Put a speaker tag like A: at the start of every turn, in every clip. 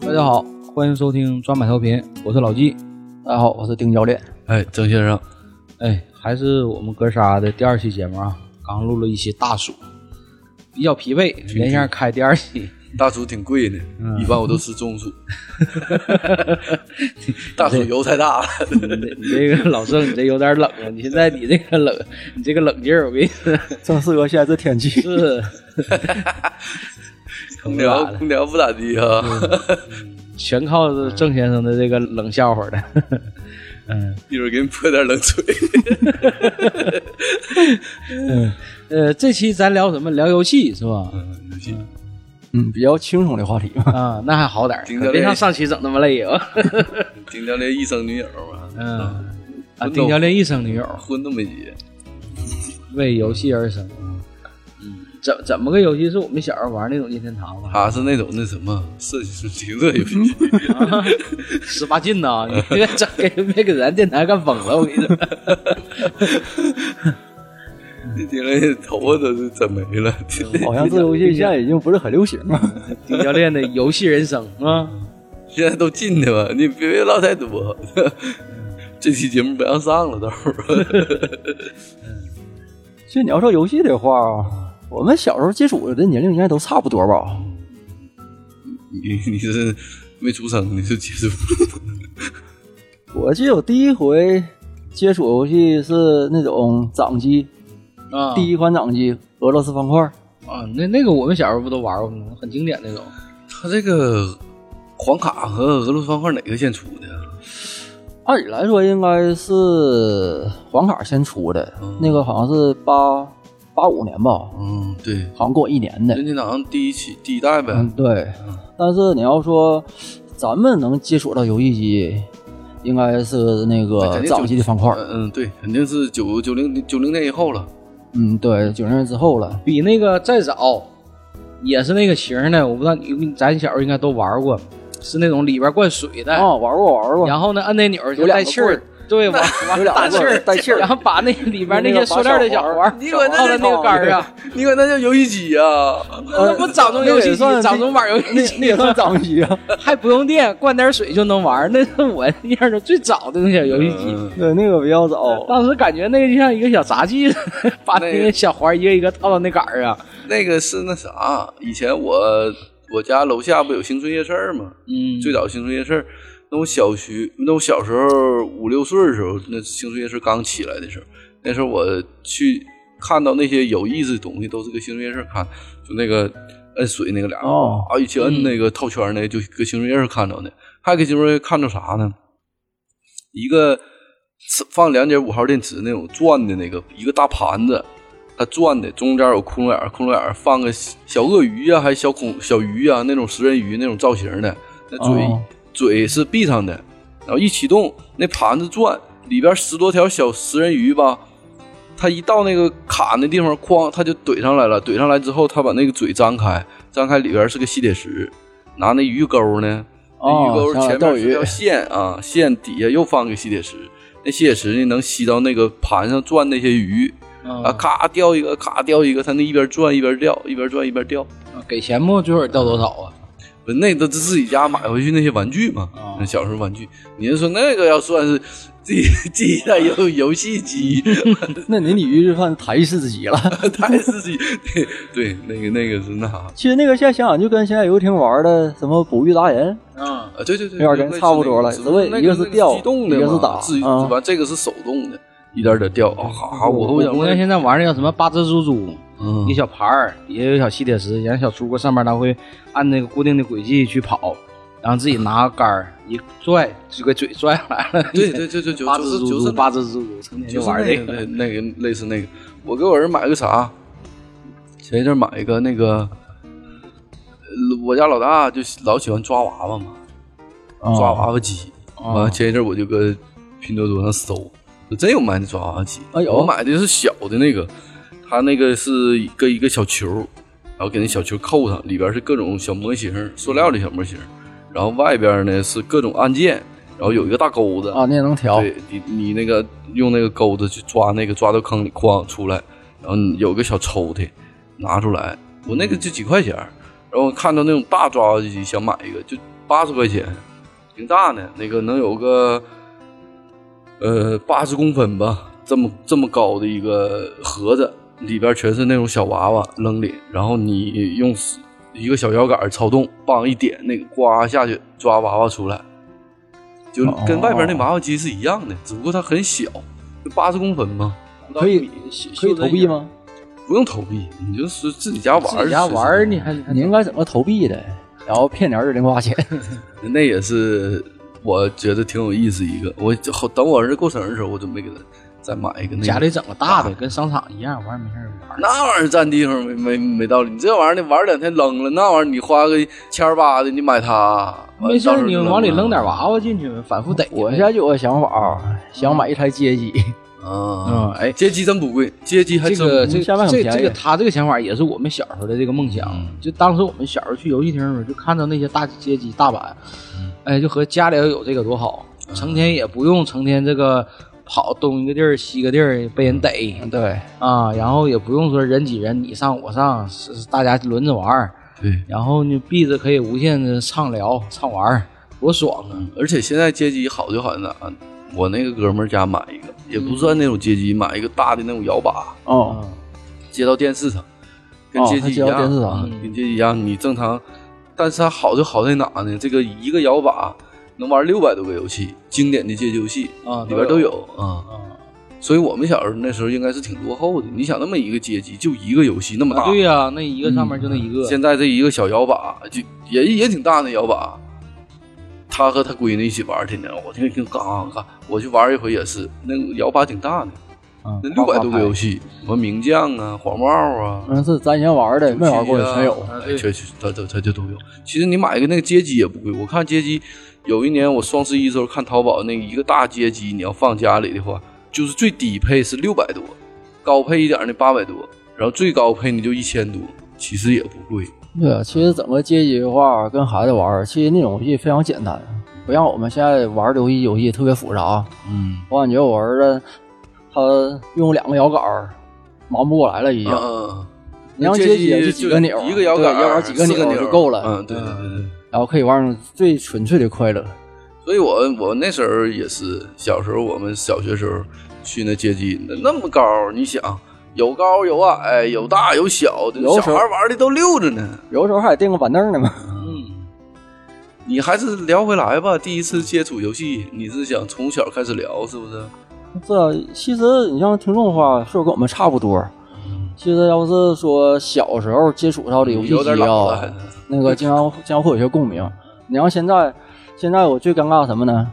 A: 大家好，欢迎收听抓马调频，我是老纪。大家好，我是丁教练。
B: 哎，郑先生，
A: 哎，还是我们哥仨的第二期节目啊，刚录了一期大暑，比较疲惫，连下开第二期。
B: 大厨挺贵的，一般我都吃中 厨。大厨油太大了，
A: 你这你这个老郑，你这有点冷啊！你现在你这个冷，你这个冷劲儿，我跟你说
C: 正适合现在这天气。
A: 是
B: 空调空调不咋地啊。
A: 全靠是郑先生的这个冷笑话的。
B: 一会儿给你泼点冷水。
A: 呃，这期咱聊什么？聊游戏是吧？
B: 嗯
C: 嗯，比较轻松的话题嘛。
A: 啊，那还好点儿，
B: 丁
A: 可
B: 教
A: 别
B: 练
A: 像上期整那么累啊。
B: 丁教练一生女友啊，
A: 嗯，啊，
B: 混
A: 丁
B: 动
A: 教练一生女友
B: 婚都没结，
A: 为游戏而生。嗯，怎怎么个游戏？是我们小时候玩那种任天堂啊吗？
B: 他是那种那什么设计评测游 戏，
A: 十八禁呐！ 你别整给别给咱电台干崩了，我跟 你说。
B: 丁教练头发都是整没了。 嗯
C: 好像这游戏现在已经不是很流行了。
A: 丁教练的游戏人生啊，
B: 现在都进去吧，你别别唠太多。 这期节目不让上了，到时候
C: 其实你要说游戏的话，啊我们小时候接触的年龄应该都差不多吧。
B: 你你是没出生你就结束。
C: 我记得我第一回接触游戏是那种掌机，
A: 啊，
C: 第一款掌机俄罗斯方块。
A: 啊，那那个我们小时候不都玩过吗？很经典那种。
B: 他这个黄卡和俄罗斯方块哪个先出的啊呀？
C: 按理来说应该是黄卡先出的
B: 嗯，
C: 那个好像是八八五年吧，
B: 嗯，对，
C: 好像过一年的
B: 任。天堂第一期第一代呗。
C: 嗯，对。但是你要说咱们能接触到游戏机，应该是那个
B: 肯定
C: 掌机的方块儿。
B: 嗯嗯，对，肯定是九九零九零年以后了。
C: 嗯，对，九零年之后了。
A: 比那个再早，也是那个型儿的，我不知道你咱小时候应该都玩过，是那种里边灌水的，
C: 啊，玩过玩过。
A: 哎然后呢按那钮儿就
C: 有两
A: 带
C: 个
A: 气儿
C: 棍，
A: 对， 往
C: 有
A: 往
C: 两个
A: 打气
C: 棍
A: 儿
C: 儿带气儿
A: 然后把那里边
C: 那
A: 些
C: 个
A: 塑
C: 把
A: 料的
C: 小
A: 小
C: 环
A: 环
C: 儿
A: 儿
C: 你
B: 管那
A: 套在
B: 是
A: 那个杆儿上，
B: 你管那叫游戏机啊？
A: 呃那 不掌中游戏机，掌中玩游戏
C: 那那也
A: 机，
C: 算掌机啊。
A: 还不用电，灌点水就能玩，那是我印象中最早的那小游戏机。
B: 嗯
C: 对，那个比较早。
A: 当时感觉那个就像一个小杂技似的， 把
B: 那
A: 那个小环儿一个一个套到那杆儿上。
B: 那个是那啥，以前我我家楼下不有新春夜市吗？
A: 嗯，
B: 最早新春夜市，那我小学，那我小时候五六岁的时候，那新春夜市刚起来的时候，那时候我去看到那些有意思的东西，都是跟新春夜市看，就那个摁水那个俩，
C: 哦
B: 啊，一起摁那个套圈儿那个，就跟新春夜市看着的，还给新春夜市看着啥呢？一个放两节五号电池那种转的那个一个大盘子，它转的中间有窟窿眼儿，窟窿眼儿放个小鳄鱼啊呀、还是小孔小鱼呀、那种食人鱼那种造型的，那嘴、
C: 哦
B: 嘴是闭上的，然后一启动那盘子转，里边十多条小食人鱼吧，它一到那个卡那地方，哐，它就怼上来了，怼上来之后，它把那个嘴张开，张开里边是个吸铁石，拿那鱼钩呢，那鱼
C: 哦，
B: 钩
C: 想
B: 前
C: 想钓
B: 面是
C: 鱼
B: 条。线啊，线底下又放个吸铁石，那吸铁石呢能吸到那个盘上转那些鱼。
C: 嗯
B: 啊，
A: 啊，
B: 咔掉一个，咔掉一个，它那一边转一边掉，一边转一边掉。
A: 给钱不？最后掉多少啊？
B: 不是，那都是自己家买回去那些玩具嘛，
C: 哦
A: 啊
B: 那小时候玩具。你是说那个要算是 第第一代游游戏机，
C: 那你鲤鱼就算台式之机了。
B: 太刺激？ 对对，那个那个是那啥啊
C: 其实那个现在想想，就跟现在游艇玩的什么捕鱼达人，
A: 啊，
B: 啊，对对对，
C: 那玩意儿
B: 类似
C: 差不多了
B: 那个
C: 只不过
B: 那个
C: 一个是
B: 那
C: 吊
B: 机动的嘛，
C: 一个是打
B: 自己
C: 啊
B: 完这个是手动的，一点点掉啊，哈
C: 嗯
B: 哈，我
A: 我
B: 我想
A: 姑娘现在玩那叫什么八只猪猪，
B: 嗯
A: 一小盘儿，底下有小吸铁石，然后小猪过上面它会按那个固定的轨迹去跑，然后自己拿杆儿一拽，就给嘴拽来了。
B: 对对对对，就
A: 八
B: 就
A: 只
B: 是
A: 猪
B: 就是
A: 猪，
B: 那
A: 八只猪猪，成天
B: 就
A: 就是玩
B: 那
A: 这个。
B: 对那个类似那个。我给我儿买个啥？前一阵买一个那个，呃我家老大就老喜欢抓娃娃嘛，
A: 啊
B: 抓娃娃机。
C: 哦
B: 完、了前一阵我就搁拼多多上搜，真有卖那抓娃娃机。
C: 哎呦
B: 我买的是小的那个，它那个是一个一个小球，然后给那小球扣上，里边是各种小模型，塑料的小模型，然后外边呢是各种按键，然后有一个大钩子
C: 啊，那也能调。
B: 对你你那个用那个钩子去抓那个抓到坑里哐出来，然后你有个小抽屉拿出来，我那个就几块钱儿，然后看到那种大抓娃娃机想买一个，就八十块钱，挺大呢，那个能有个呃八十公分吧，这么这么高的一个盒子，里边全是那种小娃娃扔里，然后你用一个小摇杆操纵，棒一点，那个呱下去抓娃娃出来，就
A: 哦
B: 跟外边那娃娃机是一样的，只不过它很小，就八十公分嘛，不到
C: 可以
B: 一米
C: 可以投币？吗？
B: 不用投币，你就是自己家玩儿，
A: 自己家玩儿你还
C: 你应该怎么投币的？然后骗点儿零花钱，
B: 那也是我觉得挺有意思一个。我就后等我儿子过生日的时候，我准备给他再买一个那
A: 嗯
B: 个。
A: 家里整个大的，跟商场一样，玩儿没事儿玩儿。
B: 那玩意儿占地方没没没道理，你这玩意儿你玩两天扔了，那玩意儿你花个千儿八的你买它，完
A: 没事
B: 到时
A: 儿，
B: 候
A: 你
B: 就
A: 往里
B: 了啊
A: 扔点娃娃进去，反复逮。
C: 我现在就有个想法儿，想买一台街机，
B: 啊
A: 嗯，哎，
B: 街机真不贵，街机还
A: 这
B: 真
A: 个
B: 不
A: 这
B: 贵
C: 下半
A: 个
C: 很
A: 这
C: 便宜
A: 这个他这个想法也是我们小时候的这个梦想。
B: 嗯
A: 就当时我们小时候去游戏厅的时候，就看到那些大街机大板，哎，就和家里要有这个多好，成天也不用成天这个跑东一个地儿西一个地儿被人逮
C: 对，
A: 啊，然后也不用说人挤人，你上我上，是是大家轮着玩儿，
B: 对。
A: 然后呢闭着可以无限的畅聊畅玩儿，多爽啊！
B: 嗯而且现在街机好就好在哪？啊我那个哥们儿家买一个，也不算那种街机，买一个大的那种摇把，
C: 哦，
B: 接到电视上，跟
C: 哦
B: 街机一样，
C: 它接到电视上
B: 啊跟街机一样，你正常。但是它好就好在哪呢？这个一个摇把能玩六百多个游戏，经典的街机游戏
A: 啊
B: 里边
A: 都
B: 都
A: 有
B: 有啊。所以我们小时候那时候应该是挺落后的。你想那么一个街机就一个游戏那么大，
A: 啊对呀、那一个上面就那一个，
B: 现在这一个小摇把就也也挺大的摇把，他和他闺女一起玩，天天我天天嘎嘎嘎，我去玩一回也是，那个摇把挺大的，
A: 嗯
B: 那六百多个游戏，什么名将啊、黄帽啊、
C: 那是咱以前玩儿的，没玩过
B: 手机
C: 的
B: 啊
C: 全有。
A: 啊
B: 哎
A: 对
B: 全他他他就都有。其实你买一个那个街机也不贵，我看街机有一年我双十一的时候看淘宝那一个大街机，你要放家里的话，就是最低配是六百多，高配一点的八百多，然后最高配你就一千多，其实也不贵。
C: 对啊，其实整个街机的话，跟孩子玩儿，其实那种游戏非常简单，不像我们现在玩儿的游戏游戏特别复杂。啊
B: 嗯。
C: 我感觉我儿子他用两个摇杆儿忙不过来了，已经。
B: 嗯，
C: 你让街机也就几个钮儿，啊
B: 一个摇
C: 对
B: 杆儿，
C: 摇杆儿几个
B: 四
C: 钮
B: 个
C: 儿就够了，
B: 嗯，对对对对。
C: 然后可以玩上最纯粹的快乐。
B: 所以我我那时候也是，小时候我们小学时候去那街机，那那么高，你想有高有矮，有大有小的，
C: 有
B: 小
C: 时候
B: 孩玩的都溜着呢。
C: 有的时候还得垫个板凳呢嘛。
A: 嗯，
B: 你还是聊回来吧，第一次接触游戏，你是想从小开始聊是不是？
C: 这其实你像听众的话，岁数跟我们差不多。其实要是说小时候接触到的游戏
B: 有点
C: 机
B: 老
C: 啊
B: 了，，
C: 那个经常经常会有些共鸣。你要现在，现在我最尴尬什么呢？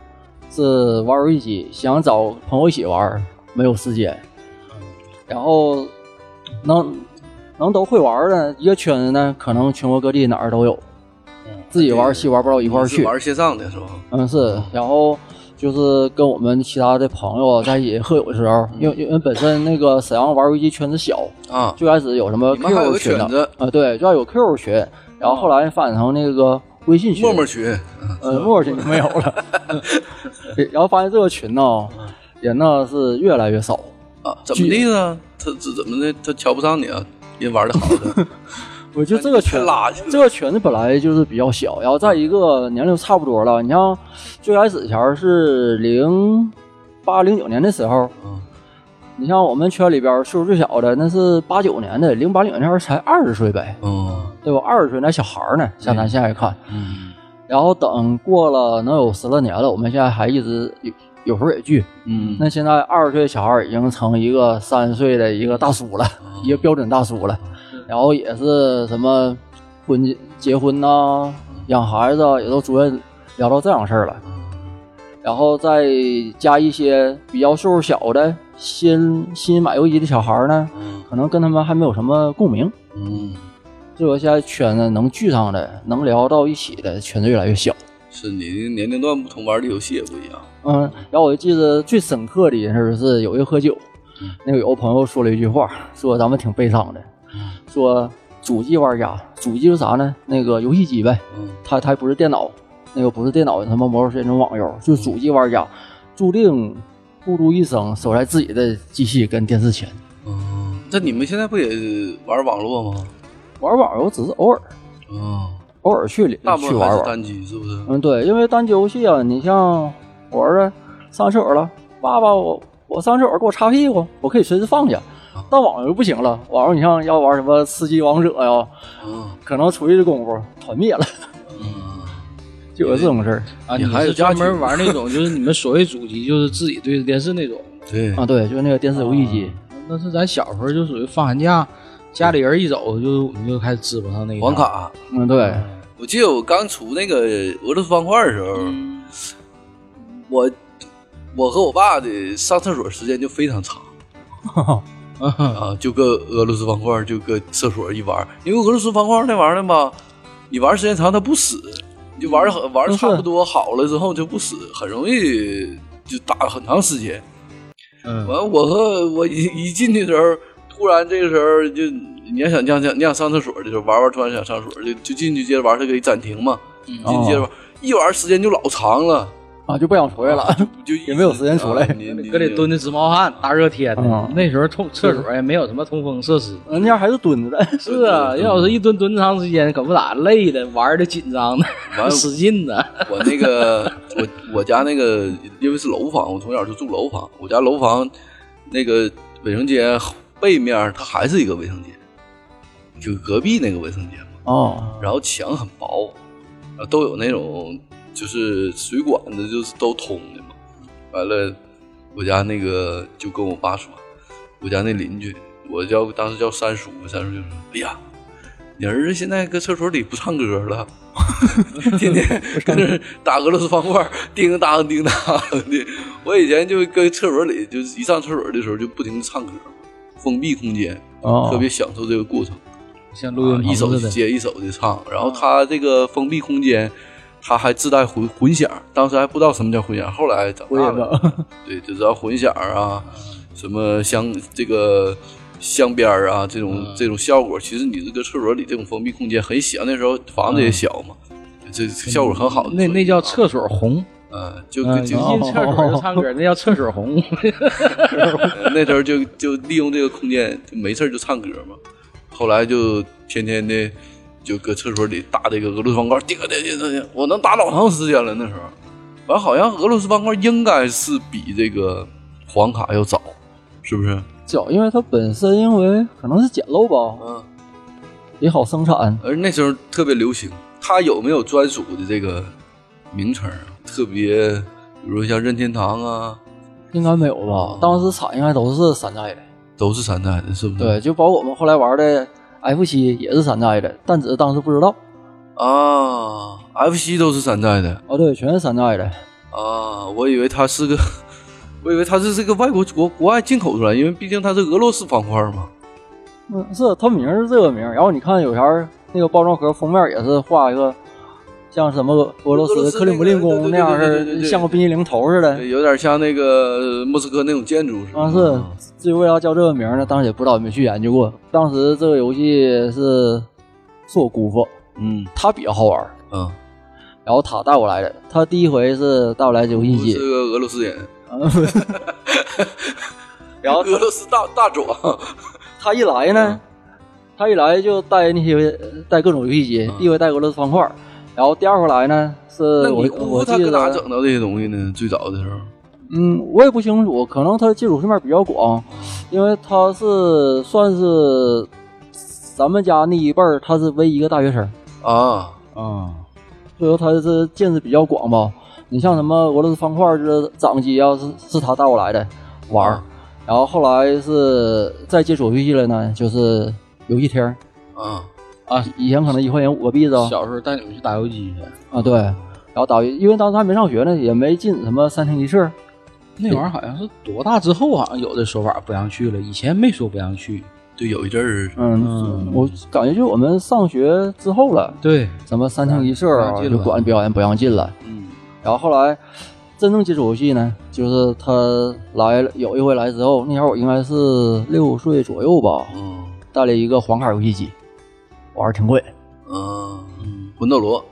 C: 是玩游戏机，想找朋友一起玩，没有时间。然后能能都会玩的一个圈子呢，可能全国各地哪儿都有，
B: 嗯
C: 自己玩戏玩不到一块儿
B: 你
C: 去
B: 是。玩线上的是吧？
C: 嗯，是，然后就是跟我们其他的朋友啊在一起喝酒的时候，因为因为本身那个沈阳玩游戏圈子小，
B: 啊，
C: 最开始有什么
B: 你们还有
C: QQ
B: 个
C: 群
B: 圈
C: 的，
B: 子，
C: 啊，对，最开始有 QQ 群，然后后来发展成那个微信群，
B: 陌陌群，
C: 呃，陌陌群就没有了， 然后发现这个群呢，人呢是越来越少，
B: 啊，怎么的呢？他这怎么的？他瞧不上你啊？人玩的好的，
C: 我觉得这个
B: 太
C: 圈
B: 垃圾了
C: 这个圈子本来就是比较小，然后在一个年龄差不多了。你像最开始前儿是零八零九年的时候，
B: 嗯
C: 你像我们圈里边儿岁数最小的那是八九年的，零八零年那会儿才二十岁呗，
B: 嗯
C: 对吧？二十岁那小孩儿呢，像咱现在看，
B: 嗯
C: 然后等过了能有十来年了，我们现在还一直有有时候也聚。
B: 嗯，
C: 那现在二十岁小孩儿已经成一个三十岁的一个大叔了，一个标准大叔了，然后也是什么婚结结婚呐、养孩子啊也都逐渐聊到这样事儿了，然后再加一些比较岁数小的新新买游戏机的小孩儿呢，
B: 嗯
C: 可能跟他们还没有什么共鸣，
B: 嗯，
C: 所以说现在圈子能聚上的、能聊到一起的圈子越来越小。
B: 是你的年龄段不同，玩的游戏也不一样。
C: 嗯，然后我就记得最深刻的一件事是有一个喝酒，那个有个朋友说了一句话，说咱们挺悲伤的，说主机玩家，主机是啥呢？那个游戏机呗，
B: 嗯
C: 它它还不是电脑，那个不是电脑，他妈魔兽世界那种网游，就是主机玩家注定孤独一生守在自己的机器跟电视前，
B: 哦嗯，那你们现在不也玩网络吗？
C: 玩网游只是偶尔，
B: 嗯，
C: 偶尔去里
B: 大部
C: 哦去
B: 分还
C: 玩
B: 是
C: 玩。
B: 单机，是不是？
C: 嗯，对，因为单机游戏啊，你像我儿子上厕所了，爸爸我我上厕所给我擦屁股，我可以随时放下。但网上就不行了，网上你像要玩什么吃鸡王者呀、
B: 嗯
C: 可能出去这功夫团灭了，
B: 嗯，
C: 就有这种事儿
A: 啊，
B: 你
A: 你
B: 还有
A: 是
B: 家
A: 专
B: 庭
A: 门玩那种，就是你们所谓主机，就是自己对着电视那种。
B: 对
C: 啊。对，就是那个电视游戏机，
A: 那是咱小时候就属于放寒假，家里人一走就我们就开始支付上那个
B: 网。卡，
C: 嗯对，
B: 我记得我刚出那个俄罗斯方块的时候，我我和我爸的上厕所时间就非常长
A: 嗯
B: 啊，就搁俄罗斯方块就搁厕所一玩，因为俄罗斯方块那玩意儿吧，你玩时间长它不死，你就玩得很玩
C: 嗯
B: 得差不多好了之后就不死，很容易就打很长时间。
A: 嗯，
B: 完，我和我一一进去的时候，突然这个时候就你要想想想你想上厕所的时候，玩玩突然想上厕所，就就进去接着玩，它给你暂停嘛，
C: 嗯
B: 进去接着玩，一玩时间就老长了，
C: 啊哦就不想回来了，
B: 就一
C: 也没有时间出来
B: 啊你你
A: 搁里蹲着直冒汗，大热天的
C: 嗯。
A: 那时候通厕所也没有什么通风设施。
C: 人家还是蹲着的，
A: 是啊，要是一蹲蹲长时间，可不咋累的，玩的紧张的，
B: 完
A: 使劲的。
B: 我那个我我家那个因为是楼房，我从小就住楼房，我家楼房那个卫生间背面它还是一个卫生间，就隔壁那个卫生间嘛。
C: 哦，
B: 然后墙很薄，然后都有那种就是水管子就是都通的嘛。完了，我家那个就跟我爸说，我家那邻居，我叫当时叫三叔，三叔就说：“哎呀，你儿子现在搁厕所里不唱歌了， 天天跟那儿 打俄罗斯方块，叮当叮当的。我以前就搁厕所里，就是一上厕所的时候就不停地唱歌，封闭空间，
C: 哦
B: 特别享受这个过程。”
A: 像录音
B: 一手
A: 棚
B: 就
A: 似啊的，
B: 接一手的唱，然后他这个封闭空间，他还自带混混响，当时还不知道什么叫混响，后来长
C: 我
B: 大
C: 也知
B: 了，
C: 道，
B: 对，就知道混响啊，什么香这个香边儿啊，这种、
A: 嗯
B: 这种效果，其实你这个厕所里这种封闭空间很小，那时候房子也小嘛，这效果很好。
A: 嗯那那叫，厕所红，
B: 嗯，就
A: 嗯，一进
B: 就、
A: 厕所就哦唱歌，那叫厕所红。
B: 那时候就就利用这个空间，就没事儿就唱歌嘛。后来就天天的就搁厕所里打这个俄罗斯方块，叮叮叮叮叮，我能打老长时间了那时候。完，好像俄罗斯方块应该是比这个黄卡要早，是不是？
C: 脚，因为它本身因为可能是简陋吧，
B: 嗯。
C: 也好生产，
B: 而那时候特别流行，它有没有专属的这个名称啊？特别，比如说像任天堂啊，
C: 应该没有吧？当时产应该都是山寨的，
B: 都是山寨的，是不是？
C: 对，就包括我们后来玩的 F 七也是山寨的，但只是当时不知道。
B: 啊，FC 都是山寨的。
C: 哦，对，全是山寨的。
B: 啊，我以为它是个， 我以为它是这个外国国国外进口出来，因为毕竟它是俄罗斯方块嘛。
C: 嗯，是它名儿是这个名儿，然后你看有啥那个包装盒封面也是画一个像什么俄罗斯克里姆林宫那样
B: 对对对对对
C: 式，
B: 对
C: 像个冰激凌头似的。
B: 有点像那个莫斯科那种建筑似的。
C: 啊，是，至于为啥叫这个名儿呢？当时也不知道，没去研究过。当时这个游戏是是我姑父，
B: 嗯
C: 他比较好玩儿，
B: 啊，
C: 然后他带我来的。他第一回是带我来游戏
B: 是
C: 机，
B: 个俄罗斯人，
C: 啊 然后呃
B: 俄罗斯大大壮，
C: 他一来呢，他一来就带那些呃带各种游戏机，第一回带俄罗斯方块儿，然后第二回来呢是
B: 那
C: 我
B: 你姑
C: 我
B: 父他
C: 记
B: 搁哪
C: 得，
B: 整到这些东西呢？最早的时候，
C: 嗯，我也不清楚，可能他接触面比较广，因为他是算是咱们家那一辈儿，他是唯一一个大学生，
B: 啊，
A: 啊，
C: 所以说他是见识比较广吧。你像什么俄罗斯方块儿就是掌机啊，是是他带我来的玩儿，然后后来是再接触游戏了呢，就是游戏厅儿。
B: 啊，
C: 以前可能一块钱五个币子
A: 小时候带你们去打游戏去，
C: 啊，对，然后打，因为当时还没上学呢，也没进什么三厅一室，
A: 那玩意儿好像是多大之后，好像有的说法不让去了，以前没说不让去。
B: 对，有一阵儿，
C: 嗯，
A: 嗯
C: 我感觉就我们上学之后了，
A: 对，
C: 什么三厅一室啊
A: 不让进
C: 就
A: 了
C: 管表演不让进了，
B: 嗯
C: 然后后来真正接触游戏呢，就是他来了有一回来之后，那会儿我应该是六岁左右吧，
B: 嗯
C: 带了一个黄卡游戏机，玩儿挺贵
B: 啊，魂斗罗，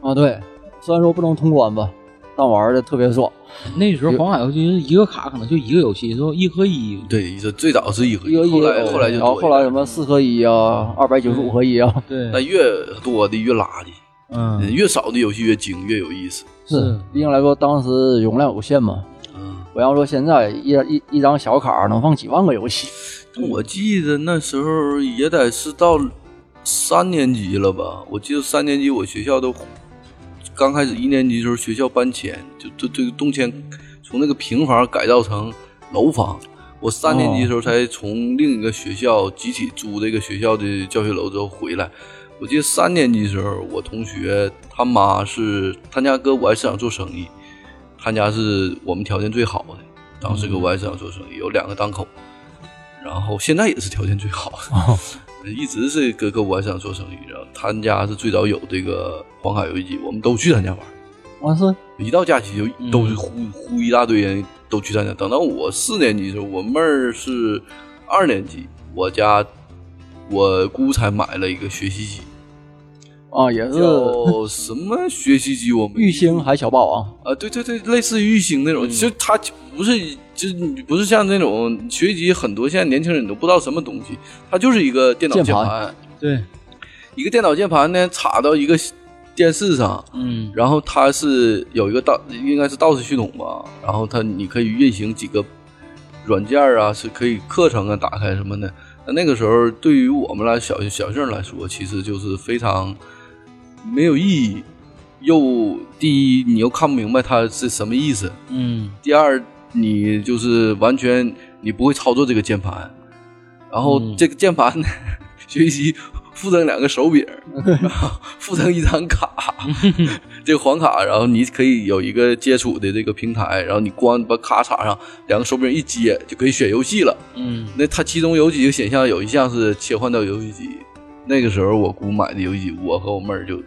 C: 啊，对，虽然说不能通关吧，但玩的特别爽，
A: 那时候黄海游戏是一个卡可能就一个游戏，说一合一，
B: 对，这最早是一合
C: 一个一
B: 后
C: 个
B: 来后来就
C: 然后
B: 多
C: 后来什么四合一啊，二百九十五合一啊。
A: 对哎
B: 那越多的越垃圾，嗯，
A: 嗯，
B: 越少的游戏越精，越有意思。
A: 是
C: 毕竟来说当时容量有限嘛。
B: 嗯，
C: 不要说现在一一一张小卡能放几万个游戏，
B: 我记得那时候也得是到三年级了吧？我记得三年级我学校都刚开始一年级的时候，学校搬迁，就这这个动迁，从那个平房改造成楼房。我三年级的时候才从另一个学校集体租这个学校的教学楼之后回来。我记得三年级的时候，我同学他妈是他家搁五爱市场做生意，他家是我们条件最好的，当时搁五爱市场做生意有两个档口，然后现在也是条件最好的，
C: 哦
B: 一直是搁搁五爱市场做生意。然后他们家是最早有这个黄卡游戏机，我们都去他家玩。
C: 完事
B: 一到假期
C: 嗯
B: 就都是呼、呼一大堆人都去参加。等到我四年级的时候，我妹儿是二年级，我家我姑才买了一个学习机，
C: 啊也是
B: 叫什么学习机？我们
C: 玉兴还小霸王，
B: 啊，对对对，类似于玉兴那种，
C: 嗯
B: 就它不是就是你不是像那种学习机，很多现在年轻人都不知道什么东西，它就是一个电脑
C: 键
B: 键
C: 盘
B: 盘
A: 对，
B: 一个电脑键盘呢插到一个电视上，
A: 嗯
B: 然后它是有一个道，应该是 DOS 系统吧，然后它你可以运行几个软件儿啊，是可以课程啊打开什么的。那那个时候对于我们来小小学生来说，其实就是非常没有意义。又第一，你又看不明白它是什么意思；
A: 嗯
B: 第二，你就是完全你不会操作这个键盘，然后
A: 嗯
B: 这个键盘呢， 学习机附赠两个手柄儿，然后附赠一张卡，这个黄卡，然后你可以有一个接触的这个平台，然后你光把卡插上，两个手柄一接就可以选游戏了。
A: 嗯
B: 那它其中有几个选项，有一项是切换到游戏机。那个时候我姑买的游戏机，我和我妹儿就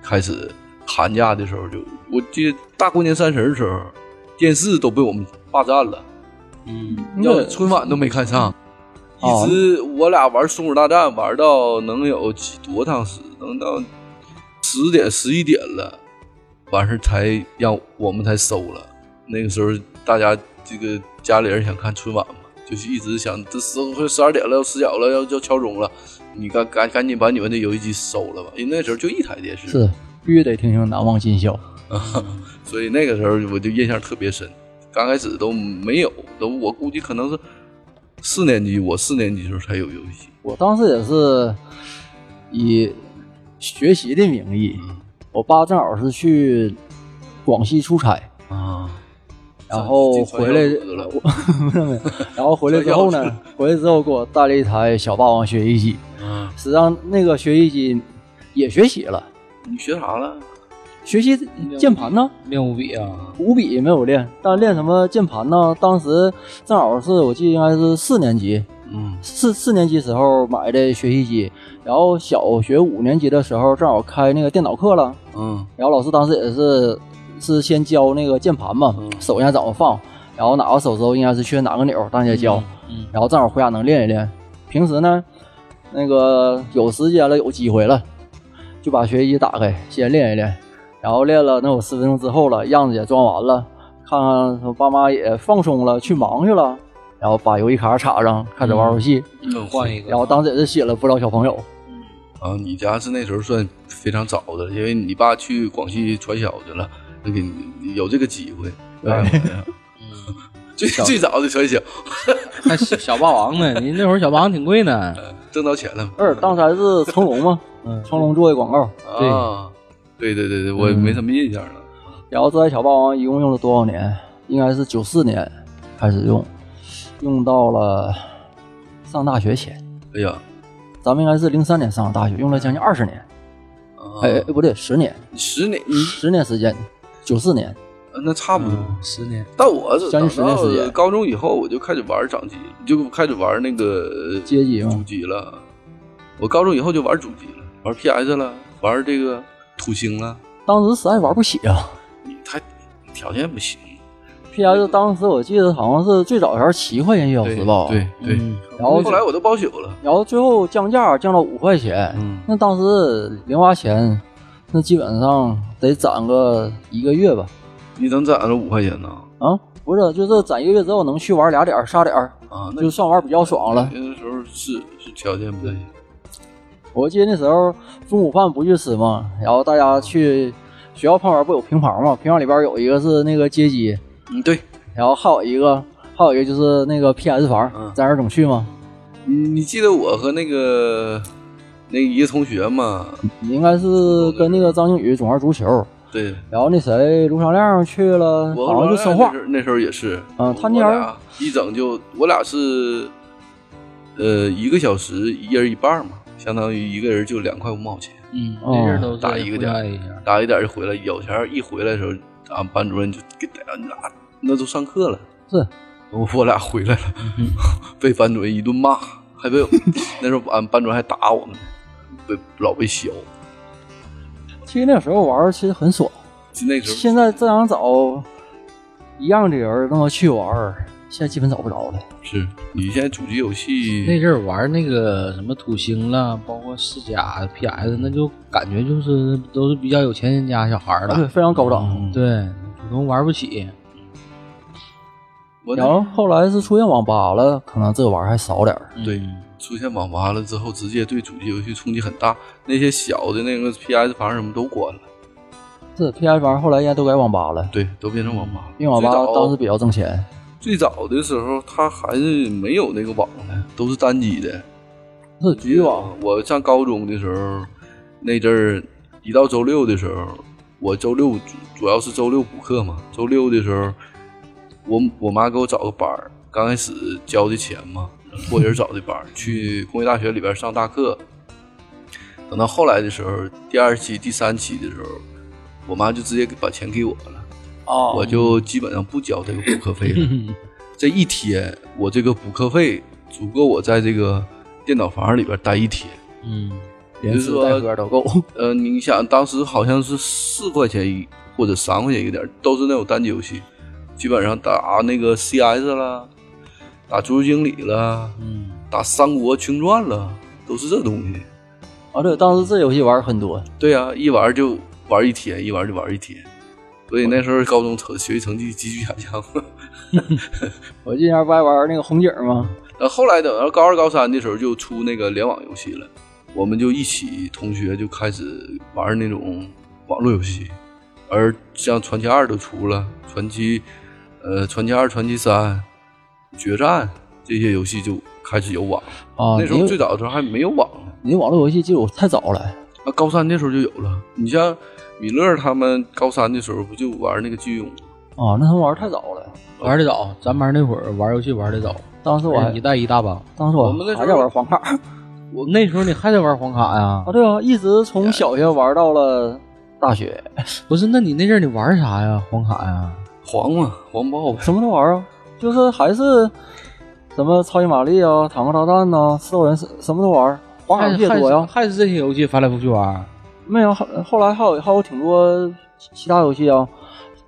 B: 开始寒假的时候就，我记得大过年三十儿的时候，电视都被我们霸占了，
A: 嗯，
B: 要是春晚都没看上。
C: 哦
B: 一直我俩玩松鼠大战，玩到能有几多长时？能到十点十一点了，完事儿才让我们才收了。那个时候大家这个家里人想看春晚嘛，就是一直想这十快十二点了，要死角了，要要敲钟了，你赶赶赶紧把你们的游戏机收了吧，因为那时候就一台电视，
C: 是必须得听听《难忘今宵》。
B: 所以那个时候我就印象特别深。刚开始都没有，都我估计可能是四年级，我四年级时候才有游戏机。
C: 我当时也是以学习的名义，
B: 嗯
C: 我爸正好是去广西出差，
B: 啊，
C: 然后
B: 进
C: 回
B: 传销
C: 来
B: 组织了，
C: 然后回来之后呢，回来之后给我带了一台小霸王学习机，
B: 啊，
C: 实际上那个学习机也学习了，
B: 你学啥了？
C: 学习键盘呢。
A: 练五笔啊，
C: 五笔没有练，但练什么键盘呢？当时正好是我记得应该是四年级，
B: 嗯
C: 四四年级时候买的学习机，然后小学五年级的时候正好开那个电脑课了，
B: 嗯
C: 然后老师当时也是是先教那个键盘嘛，
B: 嗯
C: 手应该怎么放，然后哪个手肘应该是缺哪个钮，大家教，
A: 嗯，
C: 然后正好回家能练一练。平时呢，那个有时间了，有机会了，就把学习机打开，先练一练。然后练了能有十分钟之后了，样子也装完了，看看我爸妈也放松了，去忙去了，然后把游戏卡插上，开始玩游戏。
B: 嗯
A: 换一个，
C: 然后当时也是吸引了不少小朋友。
B: 啊，你家是那时候算非常早的了，因为你爸去广西传销去了，就给你有这个机会。哎
A: 嗯
B: 最最早的传销，
A: 还小小霸王呢，您那会儿小霸王挺贵呢，
B: 挣到钱了吗？
C: 二当时还是成龙嘛，
A: 嗯，
C: 成龙做的广告。
A: 对
B: 啊，对对对对，我没什么印象了。
C: 然后这台小霸王一共用了多少年？应该是九四年开始用，用到了上大学前。
B: 哎呀，
C: 咱们应该是零三年上的大学，用了将近二十年，
B: 啊
C: 哎哎，不对，十年，
B: 十年，嗯
C: 十年时间，九四年，
B: 那差不多。
A: 嗯十年，
B: 但我是
C: 将
B: 等
C: 近十年时
B: 到
C: 间
B: 高中以后，我就开始玩掌机，就开始玩那个
C: 街机嘛
B: 主机了。我高中以后就玩主机了，玩 PS 了，玩这个土星了。
C: 当时实在玩不起啊。
B: 你他条件不行，
C: PS 当时我记得好像是最早还是七块钱一小时吧，
B: 对对。
A: 嗯
C: 啊然后
B: 后来我都包宿了，
C: 然后最后降价降到五块钱，
B: 嗯
C: 那当时零花钱，那基本上得攒个一个月吧，
B: 你能攒着五块钱呢？
C: 啊，不是，就是攒一个月之后能去玩俩点儿仨点儿，
B: 啊，那
C: 就算玩比较爽了。
B: 那时候是是条件不太行。
C: 我记得那时候中午饭不去吃嘛，然后大家去学校旁边不有平房嘛，平房里边有一个是那个街机，
B: 嗯，对，
C: 然后还有一个还有一个就是那个 PS 房，
B: 嗯
C: 咱俩总去嘛，
B: 你你记得我和那个那一个同学吗？
C: 你应该是跟那个张靖宇总玩足球，
B: 对，
C: 然后那谁卢长亮去了，
B: 我
C: 嗯好像就生
B: 我俩
C: 化
B: 那时，候那时候也是，
C: 嗯他
B: 我
C: 那
B: 俩
C: 人
B: 一整就我俩是，呃，一个小时一人一半嘛，相当于一个人就两块五毛钱，
A: 嗯，
C: 哦
A: 那阵儿都是
B: 打一个点
A: 回来一下，
B: 打一点就回来，有钱儿一回来的时候，俺班主任就给逮俺俩，那都上课了，
C: 是嗯
B: 我我俩回来了，被班主任一顿骂，还 被那时候俺班主任还打我们，被老被削，
C: 其实那时候玩儿其实很爽，
B: 就那时候
C: 现在再想找一样的人儿让他去玩儿，现在基本找不着了。
B: 是你现在主机游
C: 嗯
A: 那
B: 戏，
A: 阵儿玩那个什么土星了，包括世嘉、PS，那就感觉就是都是比较有钱人家小孩儿
C: 啊对，
A: 了，
C: 非常高档。
B: 嗯
A: 对，普通玩不起。
B: 我那
C: 然后后来是出现网吧了，可能这个玩儿还少点儿。
B: 对，出现网吧了之后，直接对主机游戏冲击很大。那些小的那个 PS 房什么都关了，
C: 这 PS 房后来应该都改网吧了，
B: 对，都变成网吧了。
C: 因为网吧
B: 最早
C: 当时比较挣钱。
B: 最早的时候，它还是没有那个网的，都是单机的。
C: 这局网，
B: 我上高中的时候，那阵儿一到周六的时候，我周六主主要是周六补课嘛。周六的时候，我我妈给我找个班儿，刚开始交的钱嘛，过人找的班儿，去工业大学里边上大课。等到后来的时候，第二期、第三期的时候，我妈就直接给把钱给我了，
C: 啊，
B: 我就基本上不交这个补课
A: 嗯
B: 费了。
C: 嗯
B: 这一天，我这个补课费足够我在这个电脑房里边待一天。
A: 嗯，
C: 连吃带喝都够。
B: 呃，你想当时好像是四块钱一或者三块钱一个点儿，都是那种单机游戏，基本上打那个 CS 啦，打足球经理啦，
A: 嗯，
B: 打三国群传啦，都是这东西。
C: 啊，对，当时这游戏玩儿很多。
B: 对呀、一玩就玩一天，一玩就玩一天。所以那时候高中成学习成绩急剧下降，
C: 我记得那不还玩儿那个红警吗？
B: 然后后来等到高二高三的时候就出那个联网游戏了，我们就一起同学就开始玩那种网络游戏，而像《传奇二》都出了，《传奇》呃，《传奇二》《传奇三》《决战》这些游戏就开始有网。
C: 啊，
B: 那时候
C: 你
B: 最早的时候还没有网呢，
C: 你网络游戏记录太早了。
B: 啊，高三的时候就有了。你像米勒他们高三的时候不就玩那个巨勇？
C: 啊，那时候玩儿太早了。
A: 玩的早，咱班那会儿玩游戏玩的早，
C: 当时我还
A: 一代一大帮。
C: 当时
B: 哎我
C: 我
B: 们那时候
C: 还在玩黄 卡儿
A: 我那时候你还在玩黄卡呀
C: 啊，？对啊，一直从小学玩到了大学，
A: 不是，那你那阵儿你玩啥呀？黄卡呀？
B: 黄嘛，黄豹呗。
C: 什么都玩啊，就是还是什么超级玛丽啊、坦克大战呐、四斗人什什么都玩，黄卡
A: 还
C: 游
A: 是
C: 戏也多
A: 还
C: 呀
A: 是。还是这些游戏翻来覆去玩？
C: 没有，后后来还有还有挺多其其他游戏啊，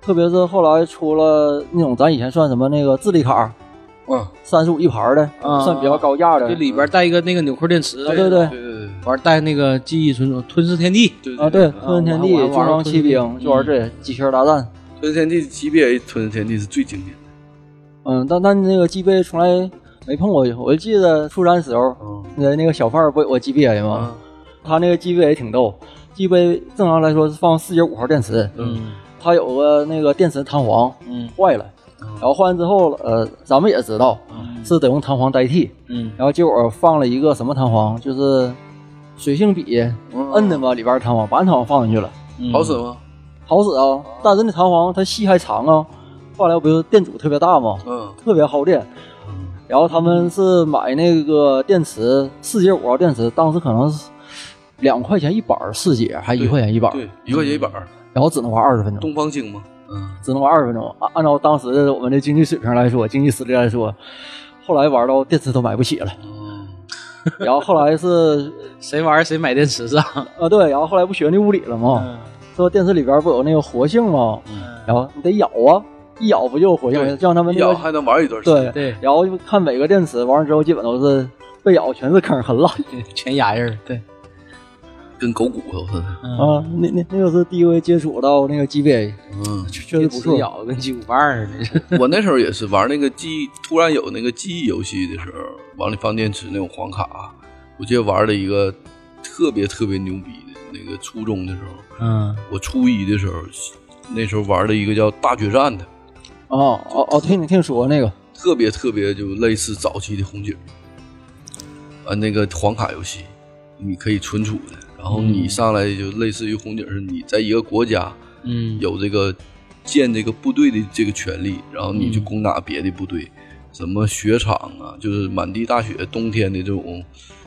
C: 特别是后来出了那种咱以前算什么那个智力卡，
B: 嗯，
C: 三十五一盘儿的，
A: 啊
C: 算比较高价的
A: 就。里边带一个那个纽扣电池，
C: 对对
B: 对对
A: 玩带那个记忆存储，吞噬天地。
B: 对
C: 啊，对，吞天地
A: 嗯我还、玩
C: 军装骑兵，就玩
A: 嗯
C: 这机器人大战。
B: 吞噬天地 GBA 吞噬天地是最经典的。
C: 嗯，但但那个 GBA 从来没碰过，我就记得初三时候，
B: 嗯
C: 那那个小范儿不有个 GBA
A: 嗯
C: 吗？
B: 啊，
C: 他那个 GBA 也挺逗，GBA 正常来说是放四点五号电池，
A: 嗯
C: 它有个那个电池弹簧
A: 嗯
C: 坏了，
B: 然
C: 然后换完之后，呃，咱们也知道是得用弹簧代替，
A: 嗯
C: 然后结果放了一个什么弹簧，就是水性笔摁的嘛，里边儿弹簧把弹簧放进去了，
A: 嗯
B: 好使吗？
C: 好使啊，但是那弹簧它细还长啊，后来不是电阻特别大吗？
B: 嗯，
C: 特别耗电。然后他们是买那个电池，四节五号电池，当时可能是两块钱一板儿，四节还一块钱一板儿，
B: 对，一块钱一板儿，
C: 然后只能玩二十分钟，
B: 东方星嘛。嗯，
C: 只能玩二十分钟。啊按按照当时的我们的经济水平来说，经济实力来说，后来玩到电池都买不起 了。
B: 嗯
C: 然后后来是，
A: 谁玩谁买电池嗯啊？
C: 呃，对，然后后来不学那物理了吗？
B: 嗯
C: 说电池里边不有那个活性吗？然后你得咬啊，一咬不就有活性？
B: 对
C: 就像他们
B: 一
C: 那
B: 咬
C: 个
B: 还能玩一段时间。
C: 对
A: 对，
C: 然后就看每个电池，完了之后基本都是被咬全是坑，很烂
A: 全牙印儿。对，嗯
B: 跟狗骨头似的。
C: 啊。那那那个是第一回接触到那个 GBA，
B: 嗯，
C: 确实不啊错。
A: 咬得跟鸡骨棒儿似的。
B: 我那时候也是玩那个记忆，突然有那个记忆游戏的时候，往里放电池那种黄卡，我记得玩了一个特别特别牛逼的那个初中的时候，
D: 嗯，
B: 我初一的时候，那时候玩了一个叫大决战的，
C: 哦哦哦，听你听说那个，
B: 特别特别就类似早期的红警，啊，那个黄卡游戏，你可以存储的，然后你上来就类似于红警似的，你在一个国家
D: 嗯，
B: 有这个建这个部队的这个权利，然后你去攻打别的部队，什么雪场啊，就是满地大雪，冬天的这种，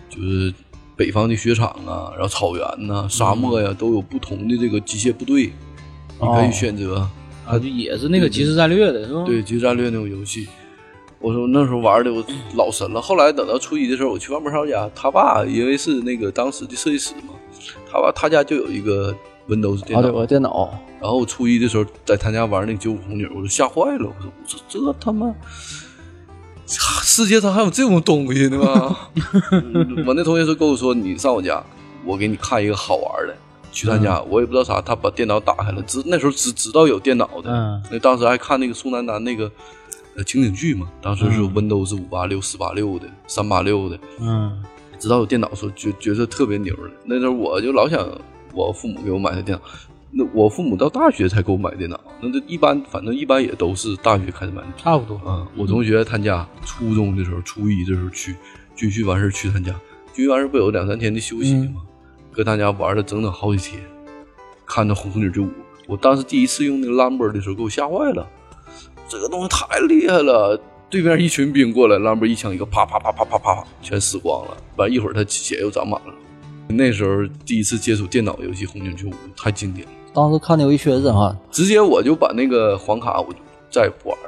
B: 就是北方的雪场啊，然后草原呐、沙漠呀、都有不同的这个机械部队，你可以
C: 哦
B: 选择。
A: 啊，就也是那个即时战略
C: 嗯
A: 的是吧？
B: 对，即时战略那种游戏。我说那时候玩的我老神了。后来等到初一的时候，我去万博超家，他爸因为是那个当时的设计师嘛，他爸他家就有一个 Windows 电
C: 啊，
B: 脑。
C: 对，我电脑，
B: 然后我初一的时候在他家玩那个九五红警，我就吓坏了。我说这这他妈，世界上还有这种东西呢吗？ 嗯我那同学说跟我说，你上我家，我给你看一个好玩的。去
C: 嗯
B: 他家，我也不知道啥，他把电脑打开了，知那时候只知道有电脑的，
D: 嗯
B: 那当时还看那个宋丹丹那个呃情景剧嘛，当时是有
D: 嗯
B: Windows 五八六、四八六的、三八六的，
D: 嗯，
B: 直到有电脑的时候，觉觉得特别牛了。那时候我就老想我父母给我买的电脑，那我父母到大学才给我买电脑，那就一般反正一般也都是大学开始买的。
A: 差不多。
B: 啊，我同学他家初中的时候，初一的时候去军训完事儿去他家，军训完事儿不有两三天的休息吗？搁他家玩了整整好几天，看着《红红女之舞》，我当时第一次用那个 Lumber 的时候，给我吓坏了，这个东西太厉害了。对面一群兵过来，Lumber 一枪一个，啪啪啪啪啪啪啪，全死光了。完一会儿他血又长满了。那时候第一次接触电脑游戏《红警之舞》，太经典了。
C: 当时看的有一圈震撼，
B: 直接我就把那个黄卡，我就再也不玩了。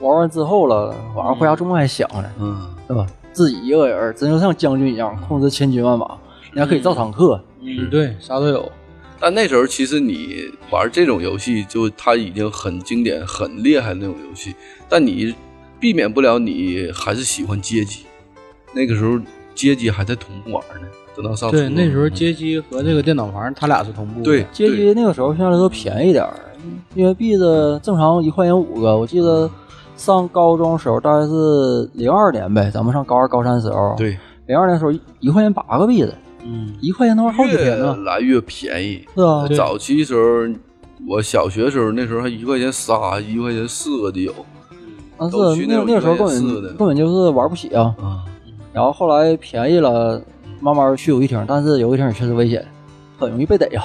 C: 玩完之后了，晚上回家做梦还想呢，
B: 嗯，
C: 对吧？自己一个人儿真就像将军一样，控制千军万马，你还可以造坦克，
A: 嗯，对，啥都有。
B: 但那时候其实你玩这种游戏，就它已经很经典、很厉害的那种游戏，但你避免不了你还是喜欢街机。那个时候街机还在同步玩呢，等到上初
A: 对，
B: 中
A: 那时候街机和这个电脑房，它俩是同步的。
B: 对
C: 街机那个时候相对来说便宜点儿，因为币的正常一块钱五个。我记得上高中时候大概是零二年呗，咱们上高二、高三时候，，
B: 对
C: 零二年时候一一块钱八个币的，
A: 嗯，
C: 一块钱能玩好几天呢，
B: 越来越便宜。
C: 是啊，
B: 早期时候，我小学时候那时候还一块钱仨，一块钱四个的有
C: 但是
B: 都去那
C: 那
B: 种
C: 那个时候根
B: 一块钱四的
C: 本根本就是玩不起啊。
B: 啊。
C: 然后后来便宜了，慢慢去游戏厅，但是游戏厅也确实危险，很容易被逮啊呀、